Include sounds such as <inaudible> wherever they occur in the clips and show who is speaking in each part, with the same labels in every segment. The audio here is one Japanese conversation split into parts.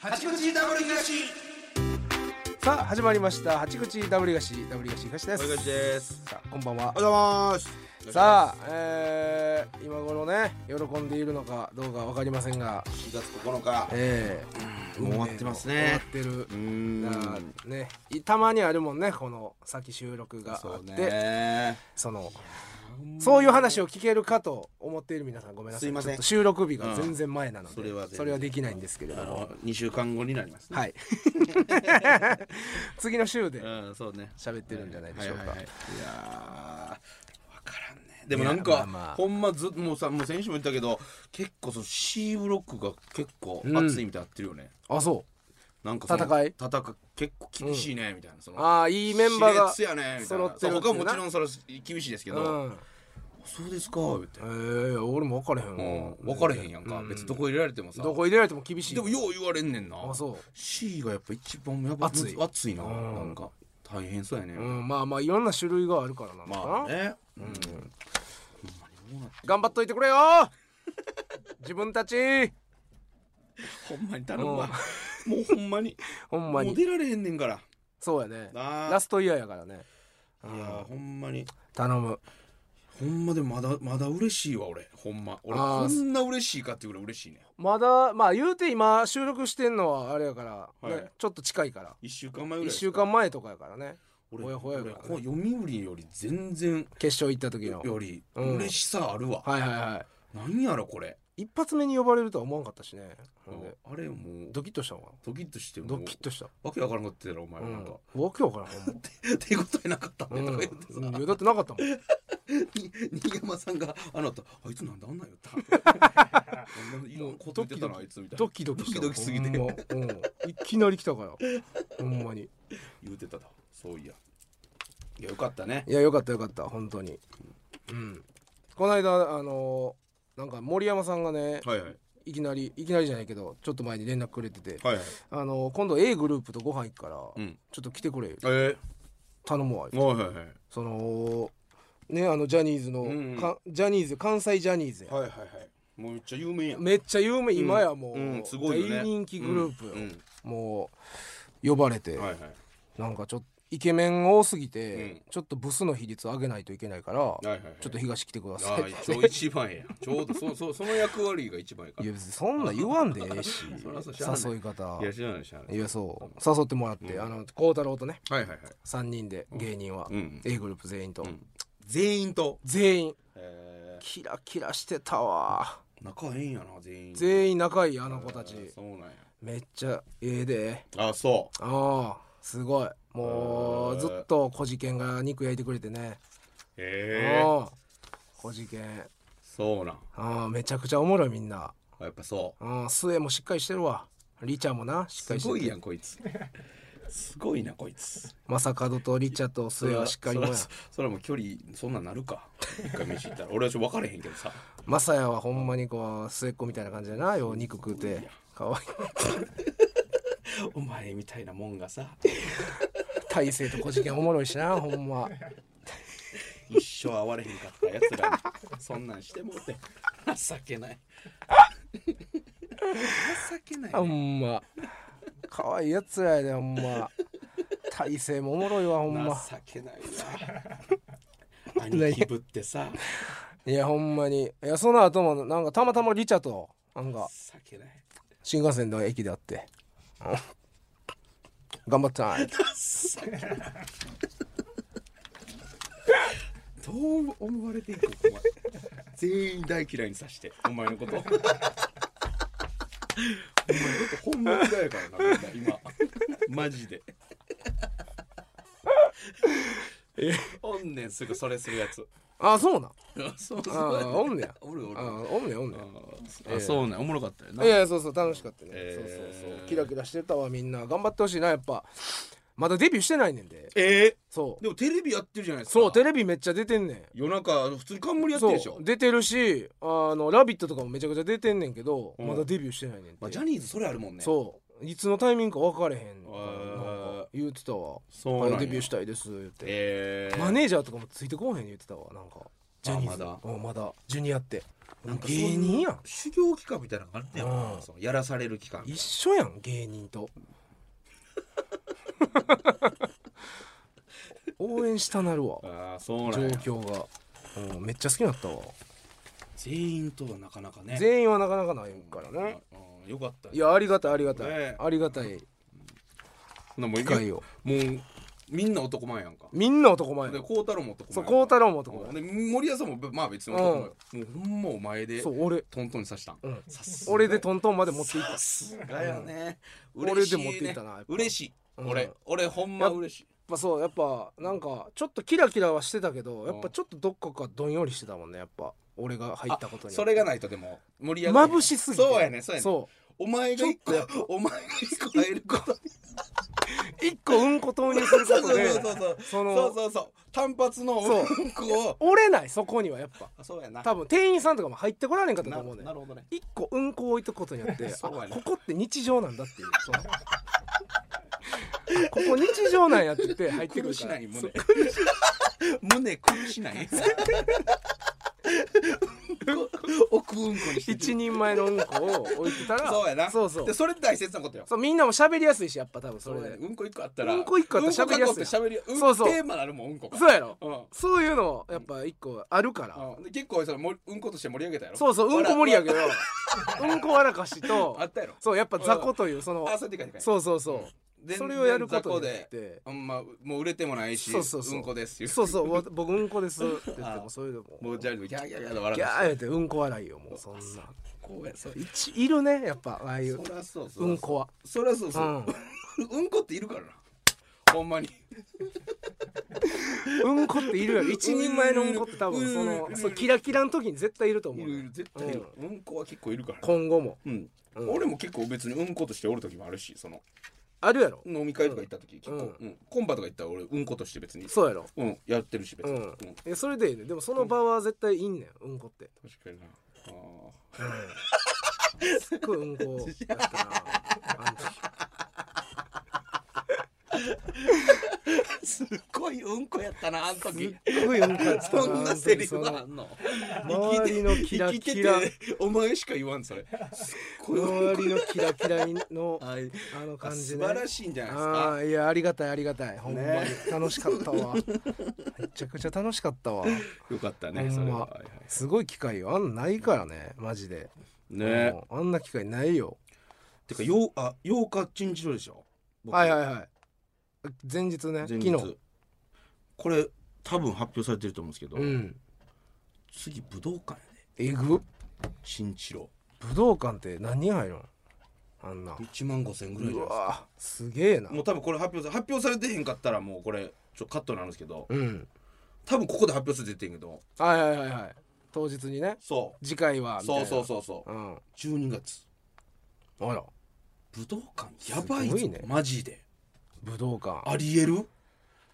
Speaker 1: 八口ダブル東
Speaker 2: さあ始まりました八口ダブリガシダブリガシ東です
Speaker 1: お願いしです
Speaker 2: さあこんばんは
Speaker 1: おはようございます
Speaker 2: さあ、えー、今頃ね喜んでいるのかどうかわかりませんが、
Speaker 1: 4月9日
Speaker 2: えー、
Speaker 1: もう終わってます
Speaker 2: 終
Speaker 1: ね
Speaker 2: わってる
Speaker 1: うーん
Speaker 2: だからねいたまにあるもんねこの先収録があ
Speaker 1: そ
Speaker 2: っ
Speaker 1: う
Speaker 2: て
Speaker 1: ね
Speaker 2: そのそういう話を聞けるかと思っている皆さんごめんなさい
Speaker 1: すいません
Speaker 2: ちょっと収録日が全然前なので、
Speaker 1: うんそれは全然
Speaker 2: できないんですけれど
Speaker 1: あ
Speaker 2: も
Speaker 1: の2週間後になりますね <laughs>
Speaker 2: はい次の週で
Speaker 1: うんそうね
Speaker 2: 喋ってるんじゃないでしょうか、
Speaker 1: はいはいはいいやーわからんねでもなんか、
Speaker 2: いやまあまあ
Speaker 1: ほんまずもうさもう先週も言ったけど結構その C ブロックが結構熱いみたいになってるよね、
Speaker 2: あそう
Speaker 1: なんかその
Speaker 2: 戦い
Speaker 1: 戦結構厳しいねみたいな、その
Speaker 2: ああいいメンバーが
Speaker 1: 熾烈やねみたい
Speaker 2: 揃
Speaker 1: な
Speaker 2: って
Speaker 1: そう
Speaker 2: る
Speaker 1: 他ももちろ
Speaker 2: ん
Speaker 1: んそれは厳しいですけど、
Speaker 2: うん
Speaker 1: そうですか言って
Speaker 2: ええ、俺も分かれへん
Speaker 1: うん
Speaker 2: わ、
Speaker 1: 分かれへんやんか、別にどこ入れられてもさ
Speaker 2: どこ入れられても厳しい
Speaker 1: でもよう言われんねんな
Speaker 2: あそう
Speaker 1: C がやっぱ一番やっぱ
Speaker 2: 熱い
Speaker 1: 熱いな、
Speaker 2: ん
Speaker 1: なんか大変そうやね、
Speaker 2: うん、まあまあいろんな種類があるからなのかな、
Speaker 1: まあね
Speaker 2: 頑張っといてくれよ <laughs> 自分たち
Speaker 1: ほんまに頼むわもうほんまに
Speaker 2: <laughs> ほん
Speaker 1: も
Speaker 2: ま
Speaker 1: う
Speaker 2: に
Speaker 1: 出られへんねんから
Speaker 2: そうやね
Speaker 1: なあ
Speaker 2: ラストイヤーやからね
Speaker 1: いやーほんまに
Speaker 2: 頼む
Speaker 1: ほんまでもまだまだ嬉しいわ俺ほんま俺
Speaker 2: あー
Speaker 1: こんな嬉しいかっていうぐらい嬉しいね
Speaker 2: まだまあ言うて今収録してんのはあれやから、ね
Speaker 1: はい
Speaker 2: ちょっと近いから
Speaker 1: 1週間前ぐらい
Speaker 2: 1
Speaker 1: です
Speaker 2: 週
Speaker 1: か
Speaker 2: 間前とかやからね
Speaker 1: 俺
Speaker 2: ほやほややか
Speaker 1: 俺
Speaker 2: らね
Speaker 1: この読売より全然
Speaker 2: 決勝行った時の
Speaker 1: より
Speaker 2: うん
Speaker 1: 嬉しさあるわ、
Speaker 2: はいはいは
Speaker 1: 何やろこれ、
Speaker 2: い一発目に呼ばれるとは思わんかったしねほんで
Speaker 1: あれもう
Speaker 2: ドキッとしたのかな
Speaker 1: ドキッとしても
Speaker 2: ド
Speaker 1: う
Speaker 2: キッとした
Speaker 1: わけわからんかったやろお前
Speaker 2: う
Speaker 1: ら
Speaker 2: ん
Speaker 1: なんか、 <laughs>
Speaker 2: わけわからんほんま
Speaker 1: 手応えなかった
Speaker 2: う
Speaker 1: ね
Speaker 2: ん
Speaker 1: とか言ってさ、
Speaker 2: うんいやだってなかったもん
Speaker 1: に新山さんがあなたあいつなんであんなんや
Speaker 2: <laughs>
Speaker 1: ったあんな色々こと言ってたなあいつみたいな
Speaker 2: ドキドキした
Speaker 1: ドキドキすぎて
Speaker 2: ほんまうんいきなり来たからほんまに
Speaker 1: 言うてたとそういやいやよかったね
Speaker 2: いやよかったよかった本当にうんこの間あのーなんか森山さんがね
Speaker 1: はいはい
Speaker 2: いきなりいきなりじゃないけどちょっと前に連絡くれてて
Speaker 1: はいはい
Speaker 2: あのー今度 A グループとご飯行くから
Speaker 1: う
Speaker 2: ち
Speaker 1: ん
Speaker 2: ょっと来てくれよ
Speaker 1: え
Speaker 2: 頼むわ
Speaker 1: ー、はいはいはい
Speaker 2: そのねあのジャニーズ
Speaker 1: うんうん
Speaker 2: のかジャニーズ関西ジャニーズや
Speaker 1: はいはいはいもうめっちゃ有名やん
Speaker 2: めっちゃ有名今やもう
Speaker 1: うんすごいよね
Speaker 2: 大人気グループよ
Speaker 1: うん
Speaker 2: もう呼ばれて、
Speaker 1: うんはいはい
Speaker 2: なんかちょっとイケメン多すぎて、
Speaker 1: うん
Speaker 2: ちょっとブスの比率上げないといけないから、
Speaker 1: はいはいはい
Speaker 2: ちょっと東来てくだ
Speaker 1: あ
Speaker 2: <laughs> さい
Speaker 1: あ一応一番やちょうどそそその役割が一番やか
Speaker 2: い
Speaker 1: ら
Speaker 2: や別にそんな言わんでええし
Speaker 1: <laughs> そらそう知らない
Speaker 2: 誘い方
Speaker 1: いや知らない知らない
Speaker 2: いやそう誘ってもらって、あの孝太郎とね
Speaker 1: はいはいはい
Speaker 2: 3人で芸人は、
Speaker 1: うん
Speaker 2: A グループ全員と、
Speaker 1: 全員と
Speaker 2: 全員
Speaker 1: え
Speaker 2: キラキラしてたわ、
Speaker 1: ー、仲ええんやな全員
Speaker 2: 全員仲いいあの子たち、
Speaker 1: そうなんや
Speaker 2: めっちゃええで
Speaker 1: あそ
Speaker 2: ああすごいも
Speaker 1: へ
Speaker 2: う
Speaker 1: え
Speaker 2: ずっとこじけんが肉焼いてくれてね
Speaker 1: うへえ
Speaker 2: ああこじけん
Speaker 1: そうなん
Speaker 2: ああめちゃくちゃおもろいみんな
Speaker 1: あやっぱそ
Speaker 2: うん末もしっかりしてるわリチャもなしっか
Speaker 1: う
Speaker 2: りし
Speaker 1: す
Speaker 2: て
Speaker 1: ご
Speaker 2: る
Speaker 1: いやんこいつすごいなこいつ
Speaker 2: まさかどとリチャと末はしっかりもや
Speaker 1: そらそらもう距離そんなんなるか一回飯行ったら俺はちょっと分かれへんけど
Speaker 2: <laughs>
Speaker 1: さ
Speaker 2: まさやはほんまにこう末っ子みたいな感じでなよう肉食うてかわいい
Speaker 1: お前みたいなもんがさ
Speaker 2: 大勢とこじけんおもろいしな <laughs> ほんま
Speaker 1: 一生会われへんかったやつらにそんなんしてもうて情けない情けない、
Speaker 2: ほ
Speaker 1: ね、
Speaker 2: んまかわいいやつらやでほんま大勢もおもろいわほんま
Speaker 1: 情けない
Speaker 2: <laughs>
Speaker 1: な兄貴ぶってさ
Speaker 2: いやほんまにいやその後もなんかたまたまリチャとなんか
Speaker 1: 情けない
Speaker 2: 新幹線の駅であって <laughs> うん頑張ったな
Speaker 1: 情けないどう思われていくのお前全員大嫌いにさしてお前のことお前のことほんま嫌いやからなみんな今マジでおんねんすぐそれするやつ <laughs>
Speaker 2: あそうなん
Speaker 1: そう
Speaker 2: ああおんねや
Speaker 1: おるおる
Speaker 2: あおんねんおんねん
Speaker 1: あそうねおもろかったよない
Speaker 2: やそうそう楽しかったね、
Speaker 1: えー
Speaker 2: そうそうそうキラキラしてたわみんな頑張ってほしいなやっぱまだデビューしてないねんで
Speaker 1: え
Speaker 2: そう
Speaker 1: でもテレビやってるじゃないですか
Speaker 2: そうテレビめっちゃ出てんねん
Speaker 1: 夜中普通に冠やって
Speaker 2: そ
Speaker 1: る
Speaker 2: う
Speaker 1: でしょ
Speaker 2: 出てるし「あのラビット!」とかもめちゃくちゃ出てんねんけど、
Speaker 1: うん
Speaker 2: まだデビューしてないねんて、
Speaker 1: まあ、ジャニーズそれあるもんね
Speaker 2: そういつのタイミングか分かれへんから
Speaker 1: ー
Speaker 2: なんか言うてたわ
Speaker 1: そうなんや
Speaker 2: はいデビューしたいです」言って、
Speaker 1: えー、
Speaker 2: マネージャーとかもついてこうへん言ってたわなんかジャニーズ
Speaker 1: あまだ
Speaker 2: うんまだジュニアって
Speaker 1: なんかそんな
Speaker 2: 芸人やん
Speaker 1: 修行期間みたいなのがあってやろ
Speaker 2: う
Speaker 1: なんそのやらされる期間
Speaker 2: 一緒やん芸人
Speaker 1: <laughs>
Speaker 2: と応援したなるわ
Speaker 1: ああそう
Speaker 2: 状
Speaker 1: なんや
Speaker 2: 況が、うん、めっちゃ好きになったわ
Speaker 1: 全員とはなかなかね
Speaker 2: 全員はなかなかないからね
Speaker 1: うんよかった
Speaker 2: いやありがたいありがたい、
Speaker 1: ね
Speaker 2: ありがたい
Speaker 1: ほなもう
Speaker 2: 機会を
Speaker 1: もうみんな男前やんか
Speaker 2: みんな男前
Speaker 1: で孝太郎も男前
Speaker 2: そう孝太
Speaker 1: 郎
Speaker 2: 郎も男前
Speaker 1: で森谷さんもまあ別に男前もうほんまお前で
Speaker 2: そう俺
Speaker 1: トントンにさしたん
Speaker 2: うん
Speaker 1: さすが
Speaker 2: 俺でトントンまで持っていった
Speaker 1: さすがやね
Speaker 2: うん
Speaker 1: 嬉しね
Speaker 2: 俺で持っていったなやっぱ
Speaker 1: 嬉しい
Speaker 2: うん
Speaker 1: 俺俺ほんま嬉しい
Speaker 2: まあそうやっぱなんかちょっとキラキラはしてたけどやっぱちょっとどっかかどんよりしてたもんねやっぱ俺が入ったことに
Speaker 1: それがないとでも盛り上がる
Speaker 2: 眩しすぎて
Speaker 1: そうやねそうやね
Speaker 2: そ
Speaker 1: お前が一個お前が一個入ること
Speaker 2: う一個うんこ投入す
Speaker 1: <laughs>
Speaker 2: る
Speaker 1: そう
Speaker 2: こと
Speaker 1: そう
Speaker 2: で
Speaker 1: そうそう
Speaker 2: その
Speaker 1: そうそうそう単発の
Speaker 2: そう
Speaker 1: うんこを
Speaker 2: 折れないそこにはやっぱ
Speaker 1: あそうやな
Speaker 2: 多分店員さんとかも入ってこられんかったと思うね
Speaker 1: ななるほどね
Speaker 2: 一個うんこ置いとくことによって
Speaker 1: <laughs>
Speaker 2: あ
Speaker 1: そうやね
Speaker 2: ここって日常なんだっていうその <laughs> ここ日常なんやって言って入って
Speaker 1: 苦 <laughs>
Speaker 2: くる
Speaker 1: し
Speaker 2: か
Speaker 1: な
Speaker 2: ら
Speaker 1: い
Speaker 2: そ
Speaker 1: 胸
Speaker 2: う
Speaker 1: 胸苦しない奥うんこにして
Speaker 2: 一人前のうんこを置いてたら
Speaker 1: そうやな
Speaker 2: そうそう
Speaker 1: でそれって大切なことよ
Speaker 2: そうみんなも喋りやすいしやっぱ多分そ
Speaker 1: そ
Speaker 2: れ
Speaker 1: れ
Speaker 2: で
Speaker 1: うんこ一個あったら
Speaker 2: うんこ一個あったら喋りやすいやん
Speaker 1: うんこ一個って喋りうん
Speaker 2: そうそう
Speaker 1: テーマなるもんうんこが
Speaker 2: そうやろ
Speaker 1: うん
Speaker 2: そういうのやっぱ一個あるから
Speaker 1: うんで結構それもうんことして盛り上げたやろ
Speaker 2: そうそううんこ盛り上げようんこわらかしと
Speaker 1: あったやろ
Speaker 2: そうやっぱ雑魚というその
Speaker 1: あそれでかいでかい
Speaker 2: そうそうそう
Speaker 1: 全
Speaker 2: それをやることによ
Speaker 1: 然
Speaker 2: っ
Speaker 1: 雑魚で
Speaker 2: て
Speaker 1: あんまもう売れてもないし
Speaker 2: そうそうそう
Speaker 1: うんこですっていう
Speaker 2: そうそうわ僕うんこですって言っ
Speaker 1: <laughs>
Speaker 2: て
Speaker 1: あ
Speaker 2: もそういうのも
Speaker 1: もうジャリでギャーギャーギャーと笑
Speaker 2: ギ
Speaker 1: う
Speaker 2: ャー言ってうんこ笑いよもうそんな
Speaker 1: こうやそう
Speaker 2: 一いるねやっぱああいう
Speaker 1: そりゃそうそううん
Speaker 2: こは
Speaker 1: そりゃそう
Speaker 2: う
Speaker 1: そうんうんこっているからなほんまに
Speaker 2: うんこって
Speaker 1: <laughs>
Speaker 2: いるよ一人前のうんこって多分そ
Speaker 1: うん
Speaker 2: の
Speaker 1: うん
Speaker 2: そうキラキラの時に絶対いると思
Speaker 1: いうるい
Speaker 2: ね
Speaker 1: る絶対いるうんこは結構いるから
Speaker 2: 今後も
Speaker 1: うん
Speaker 2: うん
Speaker 1: 俺も結構別にうんことしておる時もあるしその
Speaker 2: あるやろ
Speaker 1: 飲み会とか行った時結構
Speaker 2: うん
Speaker 1: うんコンパとか行ったら俺うんことして別に
Speaker 2: そうやろ
Speaker 1: うんやってるし別
Speaker 2: う
Speaker 1: にうんん
Speaker 2: えそれでいいねでもその場は絶対いいんねんうんこって
Speaker 1: 確かになあー
Speaker 2: うんすっごいうんこやった
Speaker 1: <laughs>
Speaker 2: なあの時
Speaker 1: すっごいうんこやったなあの時
Speaker 2: すっごいうんこ <laughs> やったな
Speaker 1: そんなセリフはあんの
Speaker 2: 周りのキラキラ
Speaker 1: 生きててお前しか言わんそれすっごいうん
Speaker 2: 周
Speaker 1: こ
Speaker 2: りのキラキラの
Speaker 1: <laughs> あい
Speaker 2: あの
Speaker 1: あ
Speaker 2: 感じ
Speaker 1: 素
Speaker 2: ね
Speaker 1: 晴らしいんじゃないです
Speaker 2: あ
Speaker 1: か
Speaker 2: あいやありがたいありがたいほんまに
Speaker 1: ね
Speaker 2: 楽しかっ
Speaker 1: <laughs>
Speaker 2: たわめちゃくちゃ楽しかったわ
Speaker 1: よかった
Speaker 2: ほん
Speaker 1: ね
Speaker 2: ま
Speaker 1: それははいはい
Speaker 2: すごい機会よあんなないからねマジで、
Speaker 1: ね
Speaker 2: もうあんな機会ないよ
Speaker 1: てかようあ8日チンジロでしょ僕
Speaker 2: はいはいはい前日ね
Speaker 1: 前
Speaker 2: 昨日
Speaker 1: 日これ多分発表されてると思うんですけど
Speaker 2: うん
Speaker 1: 次武道館やね
Speaker 2: えぐ
Speaker 1: 新一郎
Speaker 2: 武道館って何人入るんあんな
Speaker 1: 1万5千ぐらいうじゃないですか
Speaker 2: わすげえな
Speaker 1: もう多分これ発表さ発表されてへんかったらもうこれちょカットになるんですけど
Speaker 2: うん
Speaker 1: 多分ここで発表するって言ってんけど
Speaker 2: はいはいはいはい当日にね
Speaker 1: そ
Speaker 2: 次回は
Speaker 1: う
Speaker 2: みたい
Speaker 1: そ
Speaker 2: な
Speaker 1: うそうそうそう
Speaker 2: うん
Speaker 1: 12月
Speaker 2: あら
Speaker 1: 武道館やばい
Speaker 2: すご
Speaker 1: ぞ
Speaker 2: いね
Speaker 1: マジで
Speaker 2: 武道館
Speaker 1: ありえる